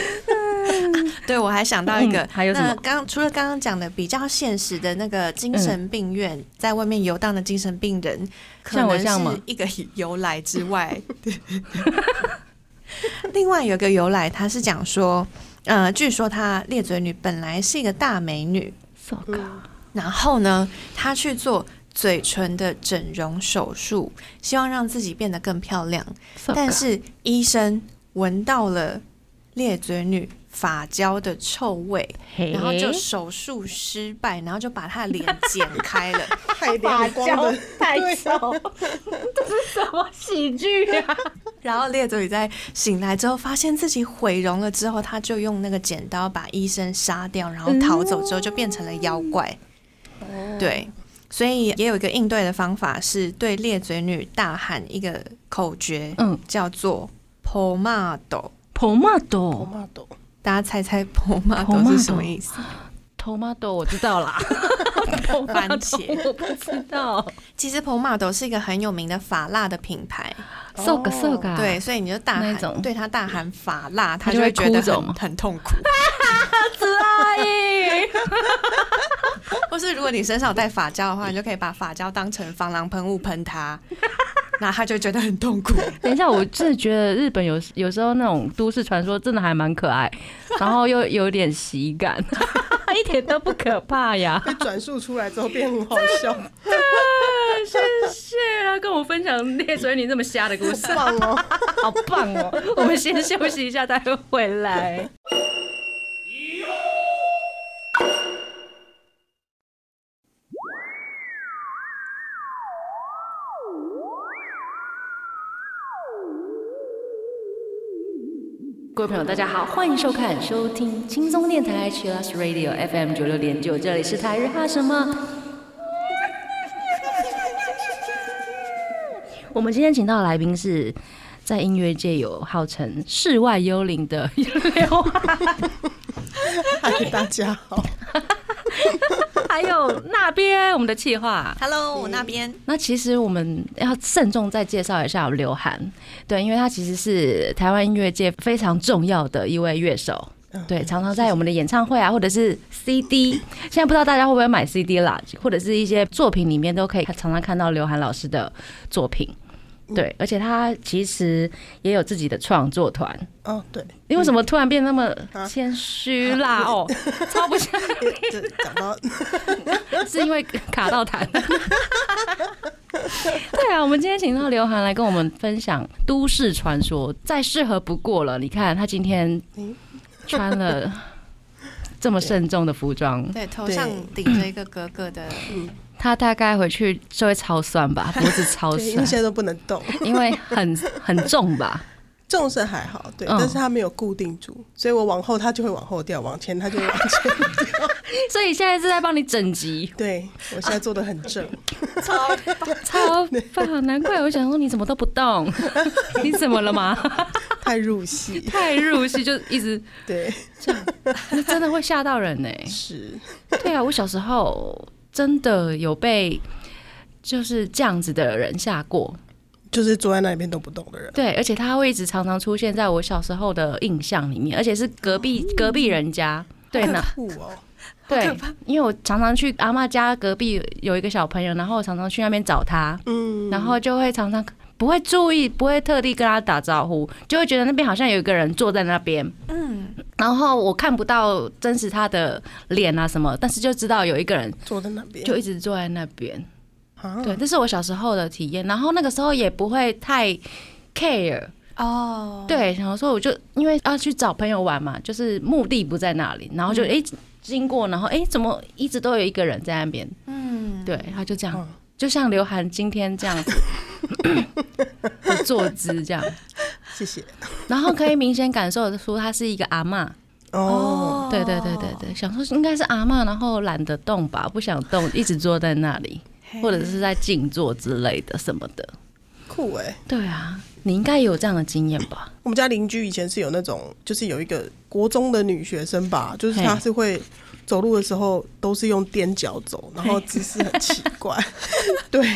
S4: 对，我还想到一个，
S2: 嗯还有什么
S4: 那刚除了刚刚讲的比较现实的那个精神病院，在外面游荡的精神病人，
S2: 嗯
S4: 可
S2: 像我
S4: 能
S2: 这样吗
S4: 是一个由来之 外， 另外有一个由来，他是讲说，呃，据说她裂嘴女本来是一个大美女，
S2: so 嘎。
S3: 嗯
S4: 然后呢，她去做。嘴唇的整容手术，希望让自己变得更漂亮。但是医生闻到了裂嘴女发胶的臭味，
S2: 嘿，
S4: 然后就手术失败，然后就把她的脸剪开 了。
S3: 太阳光的，啊
S2: 太丑，这是什么喜剧啊？
S4: 然后裂嘴女在醒来之后，发现自己毁容了之后，她就用那个剪刀把医生杀掉，然后逃走之后就变成了妖怪。
S2: 哦
S4: 对。所以也有一个应对的方法，是对裂嘴女大喊一个口诀，
S2: 嗯
S4: 叫做 “pomado”。
S3: 我
S2: ，tomato
S3: 妈懂。
S4: 大家猜猜 “pomado” 是什么
S2: Pomado
S4: 意思？
S2: tomato 我知道啦，
S4: 番 茄
S2: 我不知道
S4: 其实 Pomado 是一个很有名的法辣的品牌，
S2: ，so ga so ga，
S4: 对，，所以你就大
S2: 啊那种
S4: 喊，对他大喊法辣，他
S2: 就
S4: 就
S2: 会
S4: 会觉得
S2: 哭走吗
S4: 很很痛苦。
S2: 是阿姨，
S4: 或是如果你身上有带发胶的话，你就可以把发胶当成防狼喷雾喷 他，那他就觉得很痛苦。
S2: 等一下，我真的觉得日本有有时候那种都市传说真的还蛮可爱，然后又有点喜感， 一点都不可怕呀。
S3: 被转述出来之后变很好笑，
S2: 谢谢啊，跟我分享猎嘴你这么瞎的故事
S3: 好。棒哦！
S2: 好棒哦！我们先休息一下，待会回来。各位朋友，大家好，欢迎收看、收听轻松电台 Chillus Radio FM 九六点九，这里是台日哈什么。我们今天请到的来宾是在音乐界有号称世外幽灵的 刘海，
S3: 嗨，大家好，
S2: 还有那边我们的企划。
S4: Hello，我那边
S2: 那其实我们要慎重再介绍一下刘涵，对，因为他其实是台湾音乐界非常重要的一位乐手，
S3: 嗯
S2: 对，常常在我们的演唱会啊，或者是 CD，现在不知道大家会不会买 CD 啦，或者是一些作品里面都可以常常看到刘涵老师的作品，
S3: 嗯
S2: 对，而且他其实也有自己的创作团。
S3: 哦，对，
S2: 你为什么突然变那么
S3: 啊
S2: 谦虚啦？哦，超不像，
S3: 这讲到
S2: 是因为卡到痰。对啊，我们今天请到刘涵来跟我们分享都市传说，再适合不过了。你看他今天
S3: 嗯
S2: 穿了这么慎重的服装，
S4: 对头
S3: 对
S4: 上顶着一个格格的，
S2: 他大概回去就会超酸 吧，脖子超
S3: 对，因为
S2: 酸，
S3: 现在都不能动，
S2: 因为很很重吧。
S3: 重是还好，对，
S2: 嗯
S3: 但是它没有固定住，所以我往后它就会往后掉，往前它就会往 前掉。
S2: 所以现在是在帮你整集，
S3: 对我现在做的很正，
S4: 超
S2: 超棒！难怪我想说你怎么都不动， 你怎么了吗？
S3: 太入戏，
S2: 太入戏就一直
S3: 对，
S2: 这样，那真的会吓到人欸呢、
S3: 是，
S2: 对啊，我小时候真的有被就是这样子的人吓过。
S3: 就是坐在那里边都不动的人，
S2: 对，而且他会一直常常出现在我小时候的印象里面，而且是隔壁隔壁人家。对呢，
S3: 酷哦，
S2: 对，因为我常常去阿嬷家隔壁有一个小朋友，然后我常常去那边找他，
S3: 嗯，
S2: 然后就会常常不会注意，不会特地跟他打招呼，就会觉得那边好像有一个人坐在那边，
S4: 嗯，
S2: 然后我看不到真实他的脸啊什么，但是就知道有一个人
S3: 坐在那边
S2: 就一直坐在那边。
S3: 啊，
S2: 对，这是我小时候的体验，然后那个时候也不会太 care，
S4: 哦，
S2: 对，然后所以我就因为要去找朋友玩嘛，就是目的不在那里，然后就诶经过，然后诶怎么一直都有一个人在那边，
S4: 嗯，
S2: 对，他就这样
S3: 嗯，
S2: 就像刘涵今天这样 子的坐姿这样，
S3: 谢谢，
S2: 然后可以明显感受得出她是一个阿嬷，
S3: 哦，
S2: 对对对对对，想说应该是阿嬷，然后懒得动吧，不想动，一直坐在那里，
S4: 对
S2: 或者是在静坐之类的什么的。
S3: 酷哎、
S2: 对啊，你应该也有这样的经验吧？
S3: 我们家邻居以前是有那种，就是有一个国中的女学生吧，就是她
S2: 嘿
S3: 是会走路的时候都是用踮脚走，然后姿势很奇 怪。对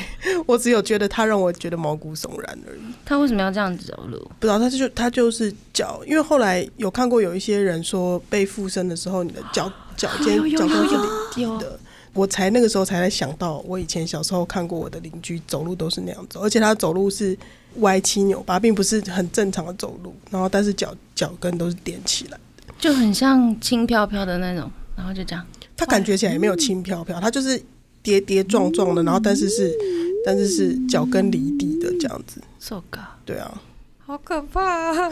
S3: 我只有觉得她让我觉得毛骨悚然而已，
S2: 他为什么要这样子走路？
S3: 不知道她就她就是脚，因为后来有看过有一些人说被附身的时候，你的 脚脚尖
S2: 有有
S3: 脚跟是
S2: 有
S3: 离地的。我才那个时候才来想到，我以前小时候看过我的邻居走路都是那样走，而且她走路是歪七扭八，并不是很正常的走路，然后但是脚脚跟都是踮起来。
S2: 就很像轻飘飘的那种，然后就这样。
S3: 他感觉起来也没有轻飘飘，他就是跌跌撞撞的，然后但是是
S2: 嗯
S3: 但是是脚跟离地的这样子，
S2: So god，
S3: 对啊，
S4: 好可怕、啊，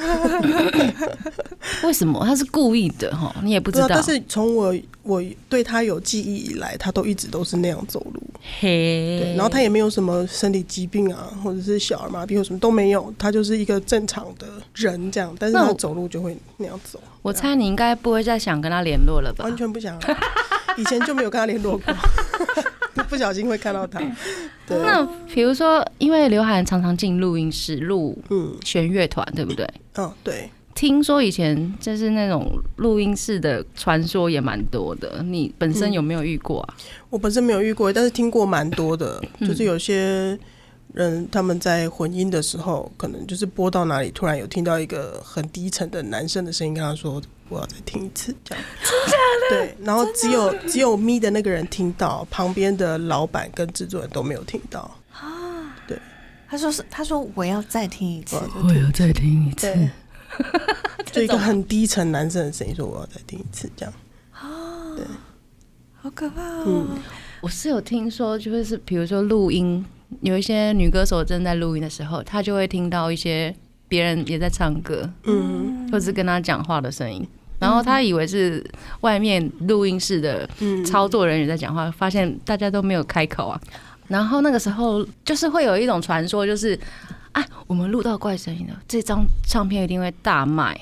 S2: 为什么他是故意的？哈，你也不
S3: 不
S2: 知道。
S3: 啊但是从我我对他有记忆以来，他都一直都是那样走路，对，
S2: 嘿，
S3: 然后他也没有什么身体疾病啊，或者是小儿麻痹或什么都没有，他就是一个正常的人这样，但是
S2: 那
S3: 他
S2: 我
S3: 走路就会那样 走，
S2: 我猜你应该不会再想跟他联络了吧
S3: 完？全不想，以前就没有跟他联络过， 不小心会看到他，
S2: 嗯
S3: 对，
S2: 那比如说，因为刘涵常常进录音室录
S3: 嗯
S2: 弦乐团，对不对？
S3: 嗯，对。
S2: 听说以前就是那种录音室的传说也蛮多的，你本身有没有遇过啊？
S3: 我本身没有遇过，但是听过蛮多的，就是有些人他们在混音的时候，可能就是播到哪里，突然有听到一个很低沉的男生的声音，跟他说：“我要再听一次。”这样，真的？对，然后只有只有咪的那个人听到，旁边的老板跟制作人都没有听到。
S4: 他说是，他说我要再听一次，
S2: 我有再听一
S3: 对，就一个很低沉男生的声音说：“我要再听一次。”这样，
S4: 好可怕、哦。
S3: 嗯
S2: 我是有听说，就是比如说录音，有一些女歌手正在录音的时候，她就会听到一些别人也在唱歌，
S3: 嗯
S2: 或是跟她讲话的声音，然后她以为是外面录音室的
S3: 嗯，
S2: 操作人员在讲话，发现大家都没有开口啊。然后那个时候就是会有一种传说，就是啊，我们录到怪声音了，这张唱片一定会大卖。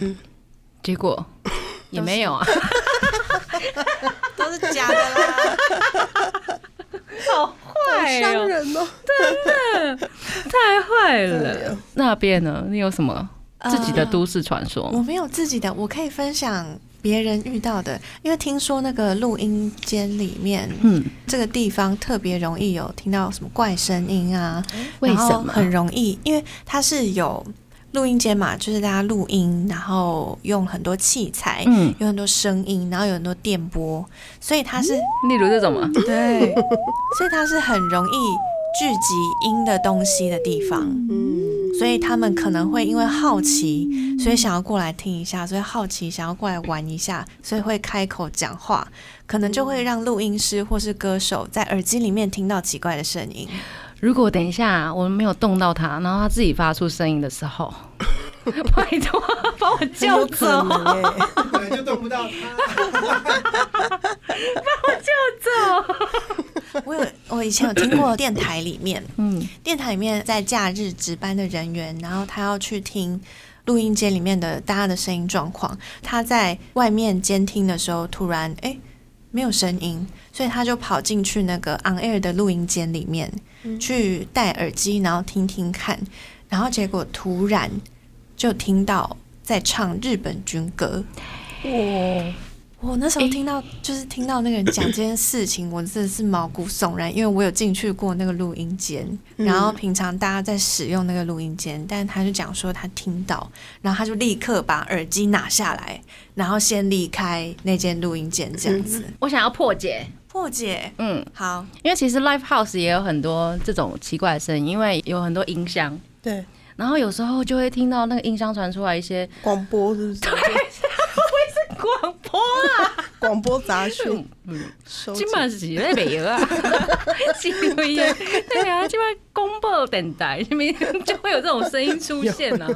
S3: 嗯
S2: 结果也没有啊，
S4: 都是假的 啦。
S2: 好坏
S3: 伤
S2: 哦，
S3: 人哦。
S2: 太坏
S3: 哎
S2: 了
S3: 呦。
S2: 那边呢？你有什么自己的都市传说
S4: 我？没有自己的，我可以分享别人遇到的，因为听说那个录音间里面，
S2: 嗯，
S4: 这个地方特别容易有听到什么怪声音啊，
S2: 为
S4: 然后
S2: 什么
S4: 很容易？因为它是有录音间嘛，就是大家录音，然后用很多器材，
S2: 嗯，
S4: 有很多声音，然后有很多电波，所以它是、
S2: 例如这种吗？
S4: 对，所以它是很容易聚集音的东西的地方。
S3: 嗯，
S4: 所以他们可能会因为好奇，所以想要过来听一下，所以好奇想要过来玩一下，所以会开口讲话，可能就会让录音师或是歌手在耳机里面听到奇怪的声音。
S2: 如果等一下我们没有动到他，然后他自己发出声音的时 候，拜托把我
S3: 很有
S2: 叫
S3: 可
S2: 走，
S3: 能哎，
S5: 本来就动不到他。
S4: 我有我以前有听过电台里面，
S2: 嗯，
S4: 电台里面在假日值班的人员，然后他要去听。录音间里面的大家的声音状况，他在外面监听的时候，突然哎、诶没有声音，所以他就跑进去那个 on air 的录音间里面，去戴耳机，然后听听看，然后结果突然就听到在唱日本军歌。哇！我那时候听到，就是听到那个人讲这件事情，我真的是毛骨悚然，因为我有进去过那个录音间，
S2: 嗯
S4: 然后平常大家在使用那个录音间，但他就讲说他听到，然后他就立刻把耳机拿下来，然后先离开那间录音间，这样子。
S2: 我想要破解，
S4: 破解，
S2: 嗯，
S4: 好，
S2: 因为其实 live house 也有很多这种奇怪的声音，因为有很多音箱，
S3: 对，
S2: 然后有时候就会听到那个音箱传出来一 些
S3: 广播是不 是？
S2: 广播 啊，
S3: 广播杂讯，
S2: 嗯，
S3: 收
S2: 基
S3: 集
S2: 本上是咧袂 啊，是袂的，对啊，基本上公报电台 里面就会有这种声音出现 呢、啊。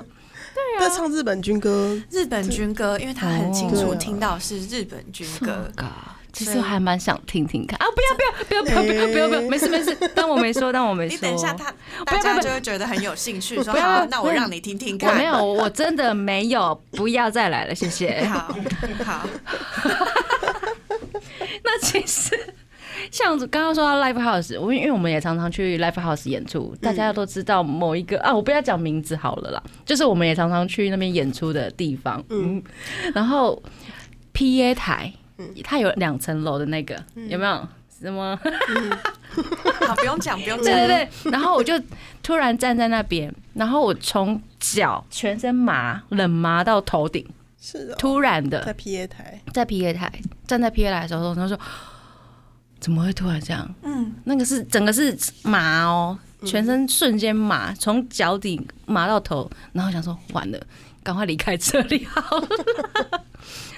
S3: 在唱日本军歌，
S4: 日本军歌，因为他很清
S3: 哦
S4: 楚
S3: 对啊
S4: 听到是日本军歌，
S2: 哦其实我还蛮想听听看啊！不要不要不要不要不要不要不要，没事没事，当我没说，当我没说。
S4: 你等一下他，
S2: 不要
S4: 大
S2: 不要
S4: 家就会觉得很有兴趣，说
S2: 不要
S4: 好，那我让你听听
S2: 我
S4: 看。
S2: 没有，我真的没有，不要再来了，谢谢。
S4: 好，好，
S2: 那其实像刚刚说到 live house，我因为我们也常常去 live house 演出，大家都知道某一个啊，我不要讲名字好了啦，就是我们也常常去那边演出的地方，嗯，然后 P A 台，它有两层楼的那个，有没有？什么？
S4: 好，不用讲，不 用
S2: 对对
S4: 讲。
S2: 对，然后我就突然站在那边，然后我从脚全身麻，冷麻到头顶，
S3: 是哦，
S2: 突然
S3: 在
S2: 的
S3: PA 台，
S2: 在 P A 台站在 P A 台的时候，他说怎么会突然这样？
S4: 嗯，
S2: 那个是整个是麻哦，全身瞬间麻，从脚底麻到头，然后想说完了，赶快离开这里好了。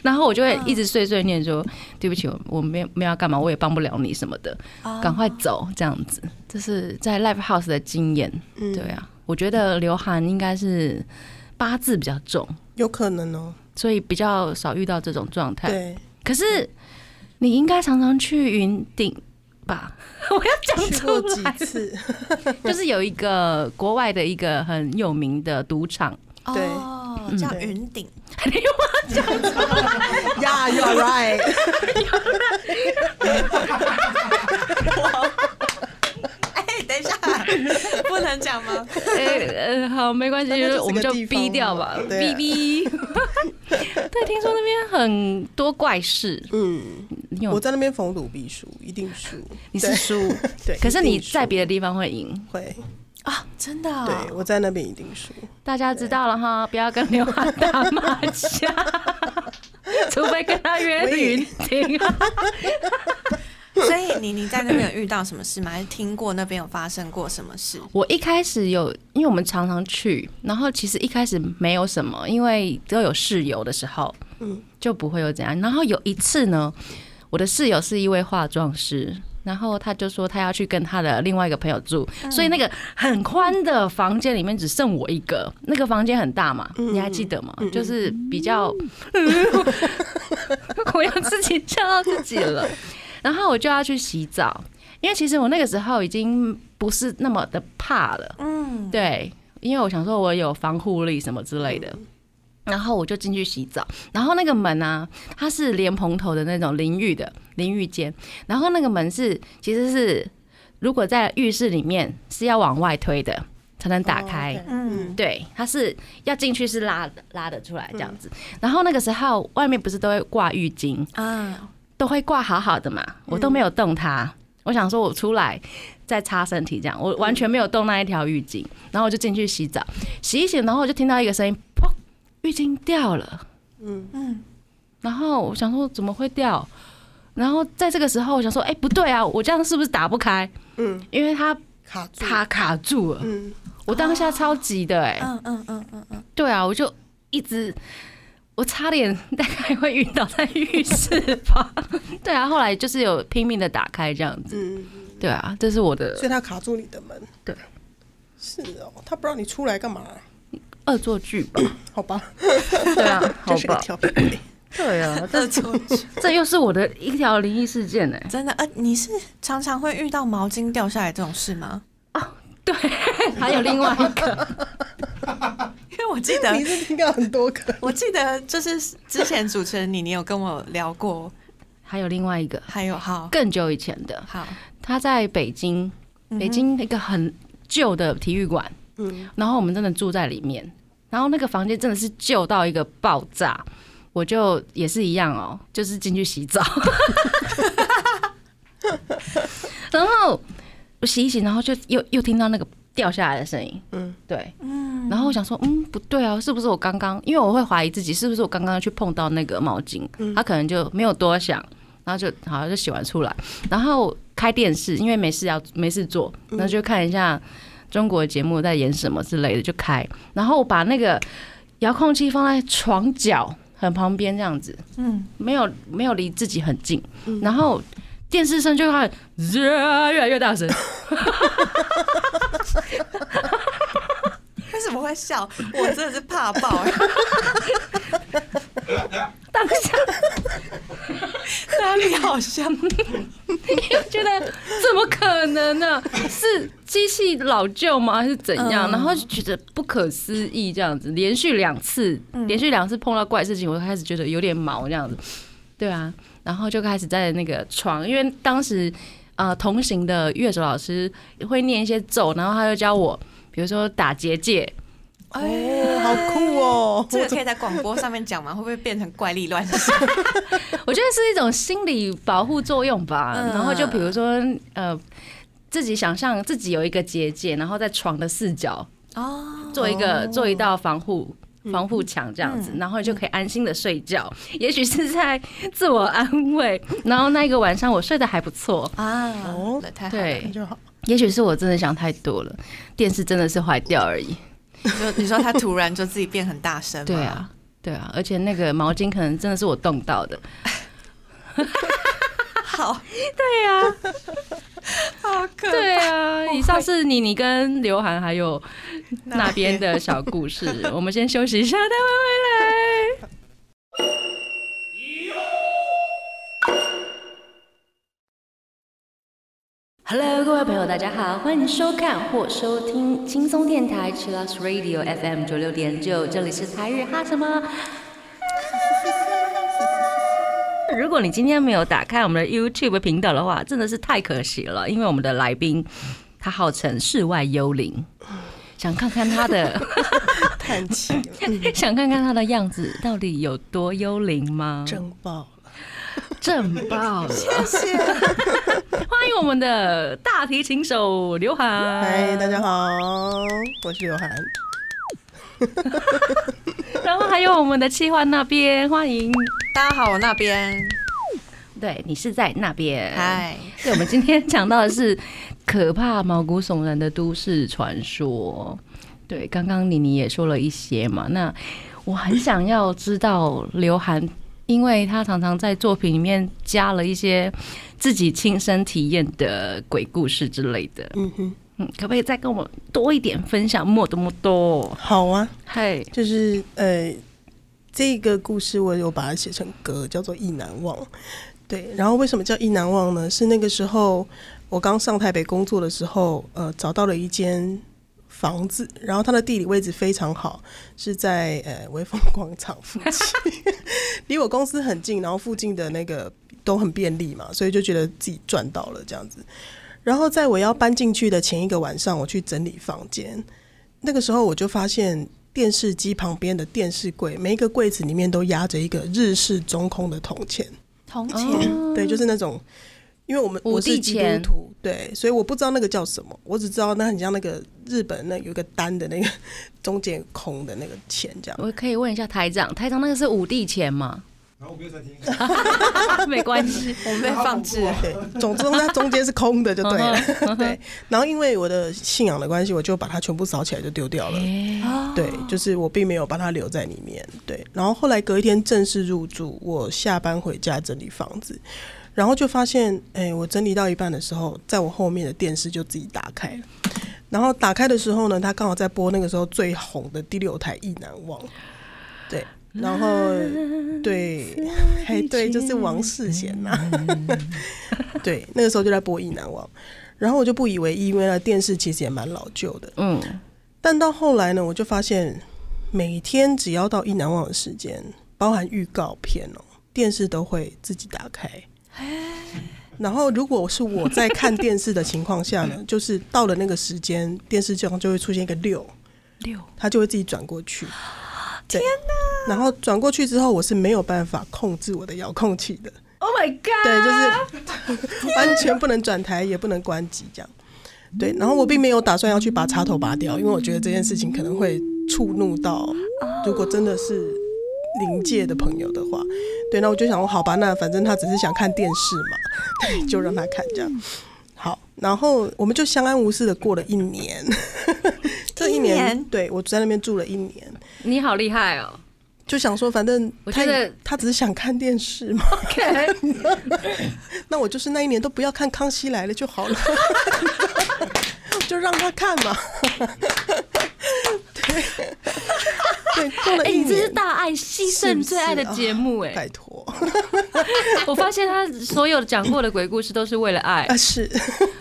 S2: 然后我就会一直碎碎念说：“对不起，我我没有没有要干嘛，我也帮不了你什么的，赶快走。”这样子，这是在 live house 的经验。对啊，我觉得刘涵应该是八字比较重，
S3: 有可能哦。
S2: 所以比较少遇到这种状态。
S3: 对，
S2: 可是你应该常常去云顶吧？ 我要讲
S3: 去
S2: 出
S3: 过
S2: 来
S3: 几
S2: 了
S3: 次，
S2: 就是有一个国外的一个很有名的赌 场，
S3: 对
S4: 哦，叫云顶，
S3: 呀，You're right，
S4: 哎，等一下， 不能讲吗？
S2: 哎呃，好，没关系
S3: 那那就是，
S2: 我们就
S3: 个地方
S2: 逼掉吧，
S3: 嘛对
S2: 逼逼。
S3: 啊
S2: 对，听说那边很多怪事，
S3: 嗯，
S2: 你有
S3: 我在那边逢赌必输，一定输，
S2: 你是输，
S3: 对，
S2: 可是你
S3: 一定输
S2: 在别的地方会赢，
S3: 会，
S4: 啊， 真的啊，
S3: 对我在那边一定输，
S2: 大家知道了哈，不要跟刘汉打麻将， 除非跟他约
S3: 喂
S2: 云顶。
S4: 所以你你在那边有遇到什么事吗？还是听过那边有发生过什么事？
S2: 我一开始有，因为我们常常去，然后其实一开始没有什么，因为只要有室友的时候，嗯，就不会有怎样。然后有一次呢，我的室友是一位化妆师，然后他就说他要去跟他的另外一个朋友住，所以那个很宽的房间里面只剩我一个，那个房间很大嘛，你还记得吗？就是比较， 我要自己笑到自己了。然后我就要去洗澡，因为其实我那个时候已经不是那么的怕了，
S4: 嗯，
S3: 嗯
S2: 对，因为我想说我有防护力什么之类的。然后我就进去洗澡，然后那个门啊，它是莲蓬头的那种淋浴的淋浴间，然后那个门是其实是如果在浴室里面是要往外推的才能打开。
S3: 哦，OK
S4: 嗯，
S2: 对，它是要进去是拉的拉的出来这样子。
S3: 嗯
S2: 然后那个时候外面不是都会挂浴巾，
S4: 啊，
S2: 都会挂好好的嘛，
S3: 嗯
S2: 我都没有动它。我想说，我出来再擦身体这样，我完全没有动那一条浴巾。然后我就进去洗澡，洗一洗，然后我就听到一个声音，砰，浴巾掉了。
S3: 嗯，
S4: 嗯，
S2: 然后我想说怎么会掉？然后在这个时候，我想说，哎、不对啊，我这样是不是打不开？
S3: 嗯，
S2: 因为它
S3: 卡住，
S2: 它卡住了，
S3: 嗯，
S2: 我当下超急的、哎、
S4: 嗯嗯嗯嗯嗯，
S2: 对啊，我就一直，我差点大概会晕倒在浴室吧。 对啊，后来就是有拼命的打开这样子。
S3: 嗯，
S2: 对啊，这是我
S3: 所以
S2: 的
S3: 他卡住你的门，
S2: 对，
S3: 是哦，他不让你出来干嘛？
S2: 恶作剧 吧？
S3: 好吧，
S2: 对啊，好
S3: 这是个
S2: 吧，
S3: 调 皮鬼，
S2: 对啊，
S4: 恶作 剧，
S2: 这又是我的一条灵异事件哎、
S4: 嗯真的，呃，你是常常会遇到毛巾掉下来这种事吗？
S2: 对，还有另外一个，
S4: 因为我记得
S3: 你是听到很多个，
S4: 我记得就是之前主持人你，你有跟我聊过，
S2: 还有另外一个
S4: 还有好
S2: 更久以前的，
S4: 好，
S2: 他在北京，北京一个很旧的体育馆，
S3: 嗯，
S2: 然后我们真的住在里面，然后那个房间真的是旧到一个爆炸，我就也是一样哦，就是进去洗澡， 然后我洗一洗，然后就又又听到那个掉下来的声音，
S3: 嗯
S2: 嗯，对，嗯，然后我想说，嗯，不对啊，是不是我刚刚？因为我会怀疑自己是不是我刚刚去碰到那个毛巾，他可能就没有多想，然后就好像就洗完出来，然后开电视，因为没事要没事做，那就看一下中国节目在演什么之类的，就开，然后我把那个遥控器放在床角很旁边这样子，
S4: 嗯，
S2: 没有没有离自己很近，然后电视声就开始越来越大声，
S4: 为什么会笑？我真的是怕爆、欸，
S2: 当下
S4: 哪里好 笑？
S2: 觉得怎么可能呢、是机器老旧吗？还是怎样？
S4: 嗯
S2: 然后就觉得不可思议，这样子连续两次，连续两次碰到怪事情，我就开始觉得有点毛这样子。对啊，然后就开始在那个床，因为当时呃同行的乐手老师会念一些咒，然后他就教我，比如说打结界，
S3: 哦，好酷哦，
S4: 这个可以在广播上面讲吗？会不会变成怪力乱神？
S2: 我觉得是一种心理保护作用吧。
S4: 嗯
S2: 然后就比如说呃。自己想象自己有一个结界，然后在床的四角
S4: 哦，
S2: 做一个做一道防护。防护墙这样子，然后你就可以安心的睡觉，也许是在自我安慰。 然后那一个晚上我睡得还不错，
S4: 啊，
S3: 哦
S4: 那太好了，
S2: 对，
S3: 就好，
S2: 也许是我真的想太多了，电视真的是坏掉而已。
S4: 你说你说他突然就自己变很大声吗，
S2: 对啊，对啊，而且那个毛巾可能真的是我动到的。
S4: 好，
S2: 对啊，
S4: 好可
S2: 对啊。 以上是你、你跟刘涵还有那边的小故 事。我们先休息一下，待会回来。Hello，各位朋友，大家好，欢迎收看或收听轻松电台 Chillus Radio FM 九六点九，这里是台日哈什么。 如果你今天没有打开我们的 YouTube 频道的话，真的是太可惜了，因为我们的来宾他号称世外幽灵，想看看他的，
S3: 叹气了，
S2: 想看看他的样子到底有多幽灵吗？
S3: 真爆了，
S2: 震爆了！
S4: 谢
S2: 欢迎我们的大提琴手刘涵。
S3: 嗨，大家好，我是刘涵，
S2: 然后还有我们的气幻那边，欢迎。
S4: 大家好，我那边，
S2: 对你是在那边。
S4: 嗨，
S2: 对，我们今天讲到的是可怕毛骨悚然的都市传说。对，刚刚妮妮也说了一些嘛，那我很想要知道刘涵，因为他常常在作品里面加了一些自己亲身体验的鬼故事之类的，
S3: 嗯哼，
S2: 嗯，可不可以再跟我们多一点分享？莫多莫多，
S3: 好啊，
S2: 嘿，
S3: 就是呃，这个故事我有把它写成歌，叫做《意难忘》。对，然后为什么叫《意难忘》呢？是那个时候我刚上台北工作的时候，呃，找到了一间房子，然后它的地理位置非常好，是在呃威风广场附近，离我公司很近，然后附近的那个都很便利嘛，所以就觉得自己赚到了这样子。然后在我要搬进去的前一个晚上，我去整理房间，那个时候我就发现电视机旁边的电视柜，每一个柜子里面都压着一个日式中空的铜钱，
S4: 铜钱
S2: 哦
S3: 对，就是那种，因为我们
S2: 五
S3: 我是
S2: 帝
S3: 基督
S2: 钱
S3: 徒，对，所以我不知道那个叫什么，我只知道那很像那个日本那有一个单的那个中间空的那个钱这样。
S2: 我可以问一下台长，台长那个是五帝钱吗？
S5: 然后我没有在听，
S2: 没关系，
S4: 我们被放置了，
S3: 对，总之它中间是空的就对 了。对，然后因为我的信仰的关系，我就把它全部扫起来就丢掉了。对，就是我并没有把它留在里面。对，然后后来隔一天正式入住，我下班回家整理房子，然后就发现，哎、我整理到一半的时候，在我后面的电视就自己打开了。然后打开的时候呢，它刚好在播那个时候最红的第六台《意难忘》，对，然后对，还对，就是王世贤啊呐、对，那个时候就在播《意难忘》，然后我就不以为意，因为那电视其实也蛮老旧的，
S2: 嗯，
S3: 但到后来呢，我就发现每天只要到意难忘的时间，包含预告片哦，电视都会自己打开。然后，如果是我在看电视的情况下呢，就是到了那个时间，电视上就会出现一个六，
S2: 六
S3: 它就会自己转过去。天哪！然后转过去之后，我是没有办法控制我的遥控器的。
S2: ，Oh my God，
S3: 对，就是完全不能转台，也不能关机这样。对，然后我并没有打算要去把插头拔掉，因为我觉得这件事情可能会触怒到，如果真的是临界的朋友的话，对，那我就想说，好吧，那反正他只是想看电视嘛， 对，就让他看这样。好，然后我们就相安无事的过了一年， 这一
S4: 一
S3: 年，
S4: 年
S3: 对我在那边住了一年，
S2: 你好厉害哦。
S3: 就想说，反正
S2: 我
S3: 他
S2: 觉
S3: 也
S2: 得
S3: 他只是想看电视嘛， 那我就是那一年都不要看《康熙来了》就好了， 就让他看嘛。 对，对，过了
S2: 哎、
S3: 一
S2: 你这
S3: 年，
S2: 是大爱牺
S3: 是
S2: 牲
S3: 不是
S2: 最
S3: 哦
S2: 爱的节目哎、
S3: 啊拜托
S2: 我发现他所有讲过的鬼故事都是为了 爱
S3: 啊，，是，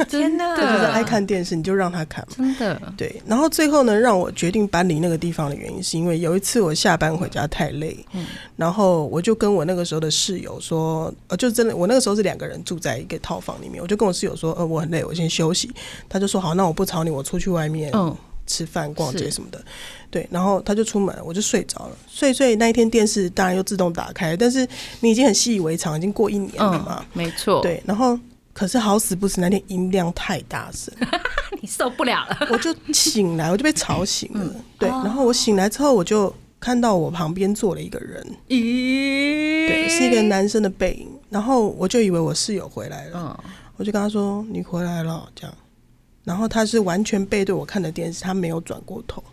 S3: 就是
S4: 天哪，
S2: 对就是
S3: 爱看电视，你就让他看嘛。
S2: 真的
S3: 对，然后最后呢，让我决定搬离那个地方的原因，是因为有一次我下班回家太累，
S2: 嗯
S3: 然后我就跟我那个时候的室友说，呃，就真的我那个时候是两个人住在一个套房里面，我就跟我室友说，呃，我很累，我先休息。他就说好，那我不吵你，我出去外面
S2: 嗯
S3: 吃饭、逛街
S2: 是
S3: 什么的。对，然后他就出门，我就睡着了，睡一睡那一天电视当然又自动打开，但是你已经很习以为常，已经过一年了嘛
S2: 嗯，，没错，，
S3: 对，然后。可是好死不死，那天音量太大声，
S2: 你受不了了，
S3: 我就醒来，我就被吵醒了。对，然后我醒来之后，我就看到我旁边坐了一个人，
S2: 咦，
S3: 对，是一个男生的背影。然后我就以为我室友回来了，
S2: 嗯，
S3: 我就跟他说：“你回来了。”这样，然后他是完全背对我看的电视，他没有转过头。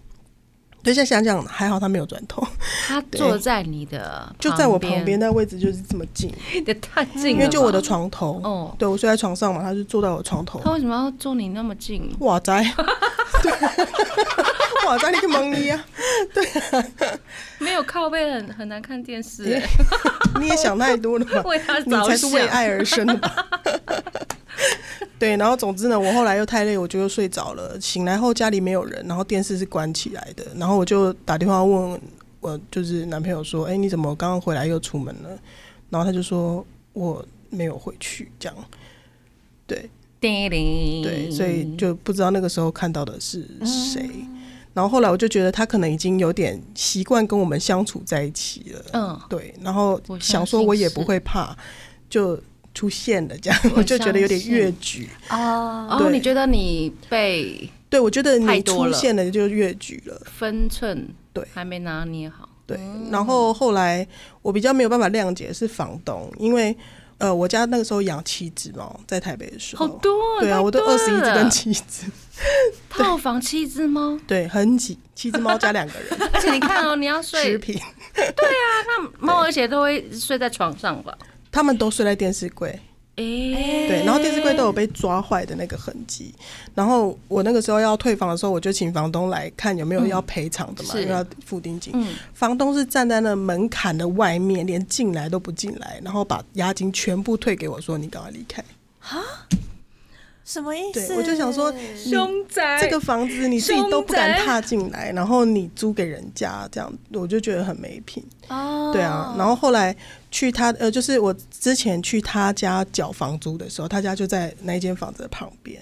S3: 对，现在想想还好他没有转头，
S2: 他坐在你的
S3: 就在我旁边，，那位置就是这么近，
S2: 也太近了吧，
S3: 因为就我的床头，
S2: 哦
S3: 对我睡在床上嘛，他就坐在我床头
S2: 他。为什么要坐你那么近？
S3: 哇 塞，对，哇塞，你个蒙你啊！
S2: 没有靠背很很难看电视、
S3: 耶
S2: 欸，
S3: 你也想太多了吧？
S2: 为他
S3: 你
S2: 着
S3: 才是为
S2: 想。
S3: 爱而生的吧？ 对，然后总之呢，我后来又太累，我就又睡着了。醒来后家里没有人，然后电视是关起来的，然后我就打电话问我就是男朋友说：“哎、你怎么刚刚回来又出门了？”然后他就说：“我没有回去。”这样，对
S2: 叮铃，
S3: 对，所以就不知道那个时候看到的是谁。然后后来我就觉得他可能已经有点习惯跟我们相处在一起了，
S2: 嗯，
S3: 对，然后
S2: 我相
S3: 想说
S2: 信
S3: 我也
S2: 是
S3: 不会怕，就出现了这样，
S2: 我
S3: 我 就觉得有点
S2: 相信
S3: 越矩。
S4: 哦，
S2: 哦，
S3: 对
S2: 你觉得你被
S3: 对，我觉得
S2: 太
S3: 你
S2: 多
S3: 出
S2: 了
S3: 现了就越矩了。
S2: 分寸
S3: 对
S2: 还没拿捏好，
S3: 对，
S2: 嗯
S3: 然后后来我比较没有办法谅解是房东，因为呃，我家那个时候养七只猫，在台北的时
S2: 好
S3: 候，
S2: 多哦，
S3: 对啊，
S2: 太
S3: 我都
S2: 多
S3: 二十一只
S2: 了
S3: 跟七只，
S2: 套房七只猫，
S3: 对，很挤，七只猫加两个 人，
S2: 而且你看哦，你要
S3: 十
S2: 睡
S3: 平，
S2: 猫，而且都会睡在床上吧？
S3: 他们都睡在电视柜。
S2: 诶，
S3: 对，然后电视柜都有被抓坏的那个痕迹。然后我那个时候要退房的时候，我就请房东来看有没有要赔偿的嘛，
S2: 是
S3: 因为要付定金。
S2: 嗯
S3: 房东是站在那门槛的外面，连进来都不进来，然后把押金全部退给我说：“你赶快离开。”
S4: 什么意思？
S3: 对我就想说你
S2: 凶宅
S3: 嗯这个房子你自己都不
S2: 凶
S3: 敢
S2: 宅
S3: 踏进来，然后你租给人家，这样我就觉得很没品。
S4: 哦，
S3: 对啊，然后后来去他呃，就是我之前去他家缴房租的时候，他家就在那一间房子的旁边，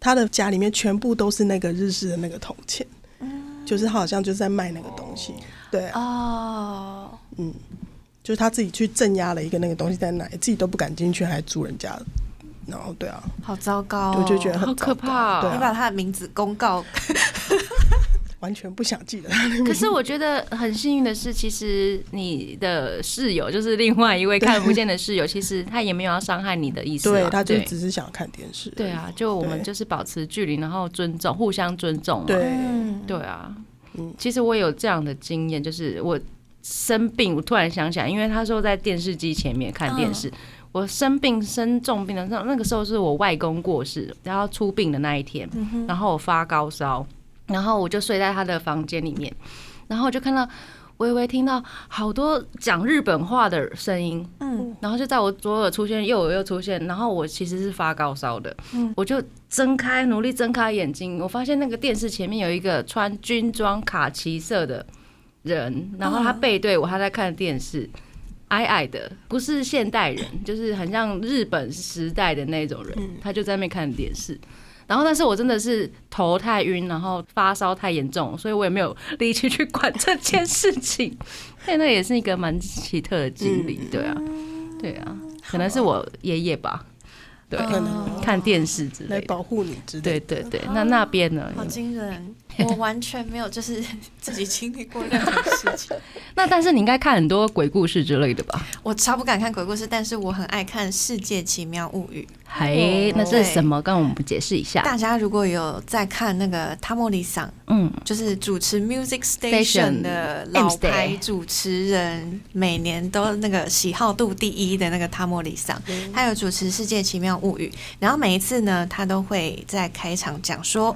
S3: 他的家里面全部都是那个日式的那个铜钱，
S4: 嗯
S3: 就是他好像就是在卖那个东西，对啊、嗯
S4: 哦，
S3: 就是他自己去镇压了一个那个东西在那里，自己都不敢进去，还租人家，然后对啊，
S4: 好糟糕、哦，
S3: 我就觉得很
S2: 好
S3: 糟
S2: 可
S3: 糕
S2: 怕哦
S3: 对
S4: 你
S3: 啊
S4: 把他的名字公告，
S3: 完全不想记得，
S2: 可是我觉得很幸运的是，其实你的室友就是另外一位看不见的室友，其实他也没有要伤害你的意思啊、
S3: 对，他就
S2: 对
S3: 只是想看电视，
S2: 对，啊，就我们
S3: 对
S2: 就是保持距离，然后尊重，互相尊重嘛。
S3: 对，
S4: 嗯，
S2: 对啊
S3: 嗯，
S2: 其实我有这样的经验，就是我生病，我突然想起来，因为他说在电视机前面看电
S4: 嗯
S2: 视，我生病生重病的那那个时候是我外公过世，然后出殡的那一天，
S4: 嗯
S2: 然后我发高烧，然后我就睡在他的房间里面，然后我就看到。微微听到好多讲日本话的声音，嗯
S4: 嗯，
S2: 然后就在我左耳出现，右耳又出现，然后我其实是发高烧的，我就睁开，努力睁开眼睛，我发现那个电视前面有一个穿军装卡其色的人，然后他背对我，他在看电视，矮矮的，不是现代人，就是很像日本时代的那种人，他就在那边看电视。然后，但是我真的是头太晕，然后发烧太严重，所以我也没有力气去管这件事情。 所以那也是一个蛮奇特的经历，对啊，对啊，可能是我爷爷吧，对，
S3: 可能
S2: 看电视之类
S3: 来
S2: 的。
S3: 保护你之
S2: 对
S3: 类的，
S2: 对对，那那边呢？
S4: 好惊 人，我完全没有就是 自己经历过任何事情，
S2: 那但是你应该看很多鬼故事之类的吧？
S4: 我超不敢看鬼故事，但是我很爱看《世界奇妙物语》。
S2: 嘿，那是
S4: 对
S2: 什么？跟我们解释一下。
S4: 大家如果有在看那个汤莫里桑，
S2: 嗯，
S4: 就是主持 Music
S2: Station
S4: Station 的老
S2: Amsterdam
S4: 牌主持人，每年都那个喜好度第一的那个汤莫里桑，他有主持《世界奇妙物语》，然后每一次呢，他都会在开场讲说。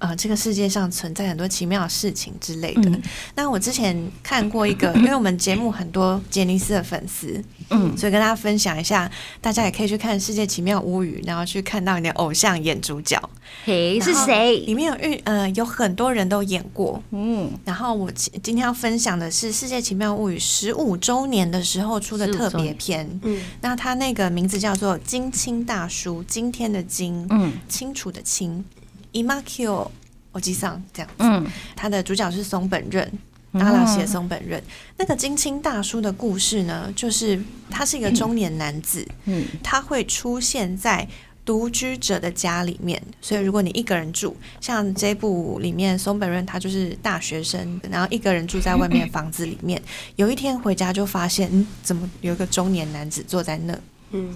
S4: 呃，这个世界上存在很多奇妙的事情之类的。那我之前看过一个，因为我们节目很多杰尼斯的粉丝，
S2: 嗯
S4: 嗯，所以跟大家分享一下，大家也可以去看《世界奇妙物语》，然后去看到你的偶像演主角。
S2: 嘿，是
S4: 然后
S2: 谁？
S4: 里面有遇呃有很多人都演过。
S2: 嗯，
S4: 然后我今今天要分享的是《世界奇妙物语》十五周年的时候出的
S2: 15
S4: 特
S2: 周
S4: 别
S2: 年
S4: 篇。
S3: 嗯
S4: 那它那个名字叫做《金青大叔》，今天的金，
S2: 嗯，
S4: 清楚的清，Imakio 我记上这样。
S2: 嗯，
S4: 它的主角是松本润，
S2: 嗯
S4: 阿拉西的松本润。那个金青大叔的故事呢，就是他是一个中年男子，
S2: 嗯，
S4: 他会出现在。独居者的家里面，所以如果你一个人住，像这部里面松本润他就是大学生，然后一个人住在外面的房子里面，有一天回家就发现，嗯，怎么有一个中年男子坐在那？
S3: 嗯，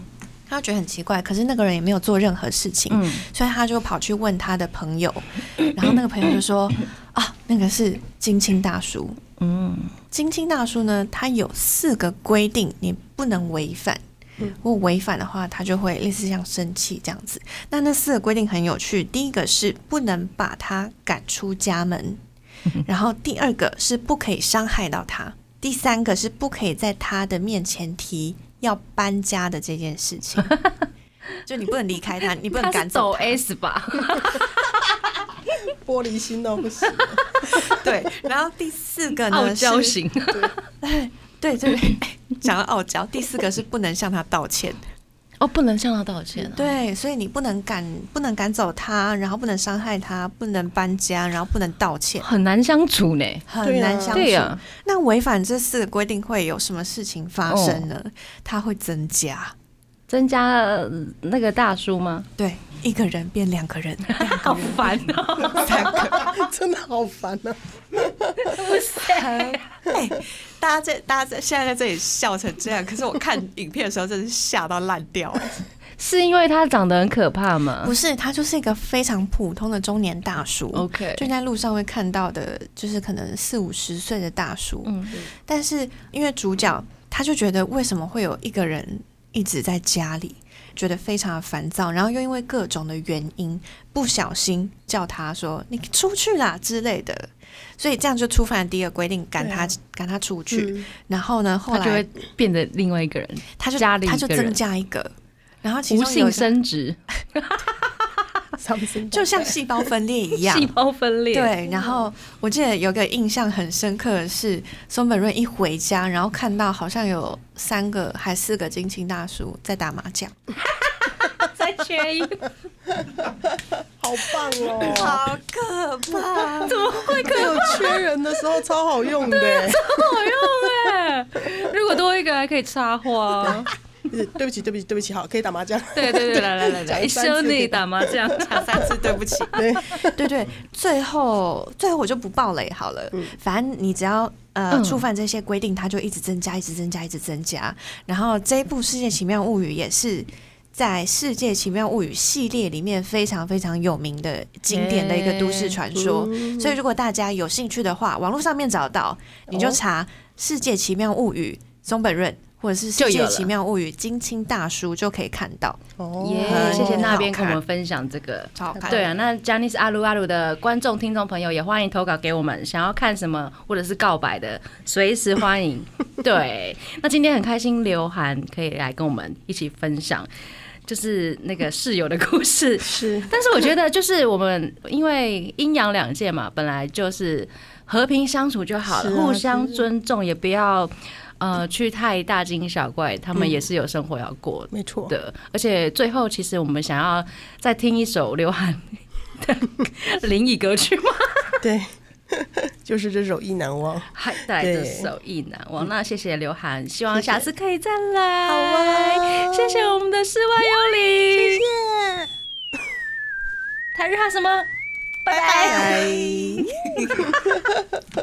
S4: 他觉得很奇怪，可是那个人也没有做任何事情，
S2: 嗯
S4: 所以他就跑去问他的朋友，然后那个朋友就说：“啊，那个是金青大叔。”
S2: 嗯，
S4: 金青大叔呢，他有四个规定，你不能违反。
S2: 嗯
S4: 如果违反的话，他就会类似像生气这样子。那那四个规定很有趣，第一个是不能把他赶出 家门，然后第二个是不可以伤害到他，第三个是不可以在他的面前提要搬家的这件 事情，就你不能离开他，你不能
S2: 他是
S4: 赶
S2: 走
S4: 走他
S2: S 吧？
S3: 玻璃心到不 行，
S4: 对，然后第四个呢
S2: 傲娇
S4: 是
S2: 型。
S4: 对对对，讲到傲娇。第四个是不能向他 道歉。
S2: 哦，不能向他道歉啊。
S4: 对，所以你不能赶，不能赶走他，然后不能伤害他，不能搬家，然后不能道歉，
S2: 很难相处呢。
S4: 很
S3: 对啊
S4: 难相处。
S2: 对呀，
S4: 那违反这四个规定会有什么事情发生
S2: 哦
S4: 呢？它会增加，
S2: 增加呃那个大叔吗？
S4: 对，一个人变两个 人，两
S2: 好
S4: 个人
S2: 烦哦。
S4: 变三个人。
S3: 真的好烦啊！
S4: 哎、大家在大家在现在在这里笑成这样，可是我看影片的时候真是吓到烂 掉。
S2: 是因为他长得很可怕吗
S4: 不？是，他就是一个非常普通的中年大叔。
S2: OK
S4: 就在路上会看到的，就是可能四五十岁的大叔。
S2: 嗯，
S4: 但是因为主角他就觉得为什么会有一个人一直在家里，觉得非常的烦躁，然后又因为各种的原因不小心叫他说“你出去啦”之类的，所以这样就触犯了第一个规定，赶他、赶他出去。
S3: 嗯
S4: 然后呢，后
S2: 啊他就会
S4: 来
S2: 变得另外一个人，
S4: 他就
S2: 加了一
S4: 他就
S2: 个人
S4: 增加一个，然后其
S2: 无
S4: 中有
S2: 性
S4: 一个
S2: 生殖。
S3: something，
S4: 就像细胞分裂一 样
S2: 细。胞分裂，，
S4: 对，然后我记得有个印象很深刻的是，松本润一回家，然后看到好像有三个还四个金青大叔在打麻将，
S2: 再缺一个，
S3: 好棒哦！
S4: 好可怕！
S2: 怎么会可
S3: 这有缺人的时候超好用的
S2: 啊
S3: 欸、
S2: 以用哎？如果多一个还可以插 花，
S3: 嗯对不起，对不起，对不起，好，可以打麻将。
S2: 对对对，来来来来，
S3: 讲三次
S2: 修你打麻 将，打三次，对不起，
S3: 对，
S4: 对对，最后最后我就不爆雷好了，反正你只要呃
S2: 嗯
S4: 触犯这些规定，它就一直增加，一直增加，一直增加。然后这一部《世界奇妙物语》也是在《世界奇妙物语》系列里面非常非常有名的经典的一个都市传说，
S2: 嗯
S4: 所以如果大家有兴趣的话，网络上面找到，你就查《世界奇妙物语》松本润。或者是《
S2: 就
S4: 世
S2: 有
S4: 界
S2: 了
S4: 奇妙物语》金青大叔就可以看到，
S3: 哦
S2: 耶
S4: 很，
S2: 谢谢那
S4: 好
S2: 边跟我
S4: 看
S2: 们分享这个。
S4: 超好看。
S2: 对啊，那 j a n i c e 阿鲁阿鲁的观众、听众朋友也欢迎投稿给我们，想要看什么或者是告白的，随时欢 迎。对，那今天很开心，刘涵可以来跟我们一起分享，就是那个室友的故事。
S3: 是
S2: 但是我觉得，就是我们因为阴阳两界嘛，本来就是和平相处就好了，
S3: 是啊
S2: 互相尊重，也不要呃去太大惊小怪，他们也是有生活要过的。
S3: 没错，
S2: 的，而且最后其实我们想要再听一首刘涵的 灵异歌曲嘛，
S3: 对， 就是这首《意难忘》。
S2: 还带着
S3: 对
S2: 手艺难忘。那谢谢刘涵，希望下次可以再来。
S3: 好啊
S2: 谢谢我们的室外幽灵，谢谢。台日哈什么？拜拜。